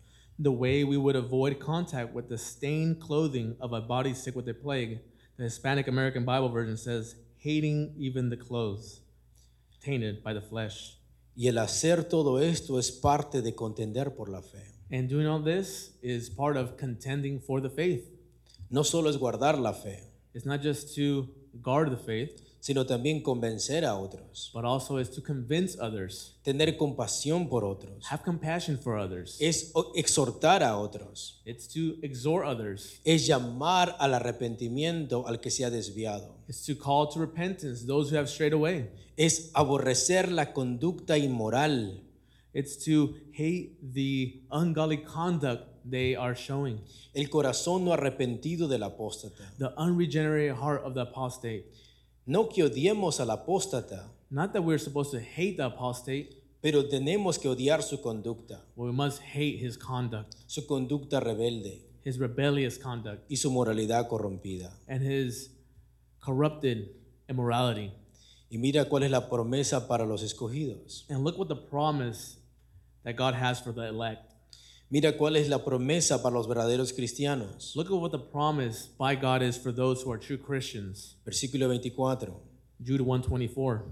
Speaker 2: The way we would avoid contact with the stained clothing of a body sick with a plague, the Hispanic American Bible version says, hating even the clothes, tainted by the flesh.
Speaker 1: Y el hacer todo esto es parte de contender por la fe.
Speaker 2: And doing all this is part of contending for the faith.
Speaker 1: No solo es guardar la fe,
Speaker 2: It's not just to guard the faith,
Speaker 1: sino también convencer a otros,
Speaker 2: but also is to convince others,
Speaker 1: tener compasión por otros,
Speaker 2: have compassion for others.
Speaker 1: es o- exhortar a otros,
Speaker 2: It's to exhort others.
Speaker 1: es llamar al arrepentimiento al que se ha desviado.
Speaker 2: It's to call to repentance those who have strayed away.
Speaker 1: es aborrecer la conducta inmoral,
Speaker 2: It's to hate the ungodly conduct they are showing,
Speaker 1: el corazón no arrepentido del apóstata.
Speaker 2: the unregenerated heart of the apostate.
Speaker 1: No que odiemos al apóstata,
Speaker 2: Not that we're supposed to hate the apostate,
Speaker 1: pero tenemos que odiar su conducta,
Speaker 2: but we must hate his conduct,
Speaker 1: su conducta rebelde
Speaker 2: his rebellious conduct,
Speaker 1: y su moralidad corrompida.
Speaker 2: and his corrupted immorality.
Speaker 1: Y mira cuál es la promesa para los escogidos.
Speaker 2: And look what the promise that God has for the elect.
Speaker 1: Mira cuál es la promesa para los verdaderos cristianos.
Speaker 2: Look at what the promise by God is for those who are true Christians.
Speaker 1: Versículo 24.
Speaker 2: Jude 124.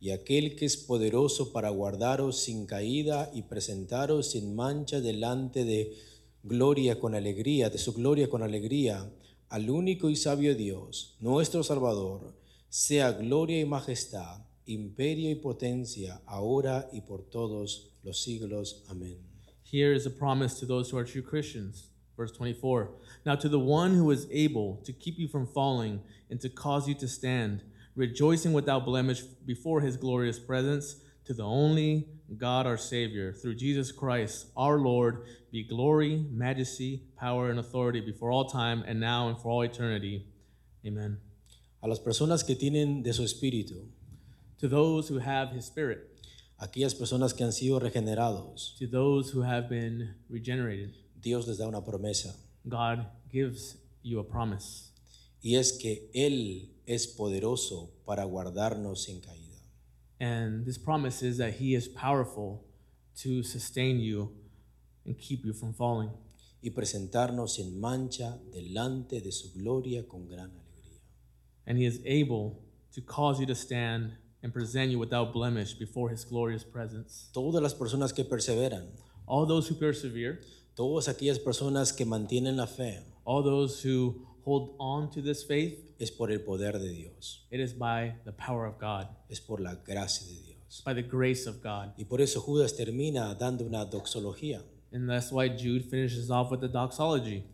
Speaker 1: Y aquel que es poderoso para guardaros sin caída y presentaros sin mancha delante de gloria con alegría, de su gloria con alegría, al único y sabio Dios, nuestro Salvador, sea gloria y majestad, imperio y potencia, ahora y por todos los siglos. Amén.
Speaker 2: Here is a promise to those who are true Christians. Verse 24. Now to the one who is able to keep you from falling and to cause you to stand, rejoicing without blemish before his glorious presence, to the only God our Savior, through Jesus Christ our Lord, be glory, majesty, power, and authority before all time and now and for all eternity. Amen.
Speaker 1: A las personas que tienen de su espíritu,
Speaker 2: To those who have his Spirit,
Speaker 1: aquellas personas que han sido regenerados,
Speaker 2: to those who have been regenerated,
Speaker 1: Dios les da una promesa,
Speaker 2: God gives you a promise.
Speaker 1: y es que Él es poderoso para guardarnos sin caída.
Speaker 2: And this promise is that He is powerful to sustain you and keep you from falling
Speaker 1: y presentarnos sin mancha delante de su gloria con gran alegría.
Speaker 2: and He is able to cause you to stand and present you without blemish before His glorious presence.
Speaker 1: Todas las personas que perseveran,
Speaker 2: All those who persevere,
Speaker 1: todas aquellas personas que mantienen la fe,
Speaker 2: all those who hold on to this faith,
Speaker 1: es por el poder de Dios,
Speaker 2: it is by the power of God,
Speaker 1: es por la gracia de Dios.
Speaker 2: by the grace of God.
Speaker 1: Y por eso Judas termina dando una doxología
Speaker 2: And that's why Jude finishes off with the doxology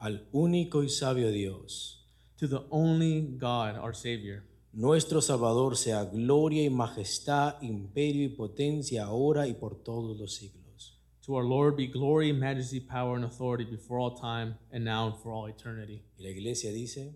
Speaker 1: al único y sabio Dios.
Speaker 2: to the only God, our Savior.
Speaker 1: Nuestro Salvador sea gloria y majestad, imperio y potencia ahora y por todos los siglos.
Speaker 2: To our Lord be glory, majesty, power, and authority before all time and now and for all eternity.
Speaker 1: Y la iglesia dice...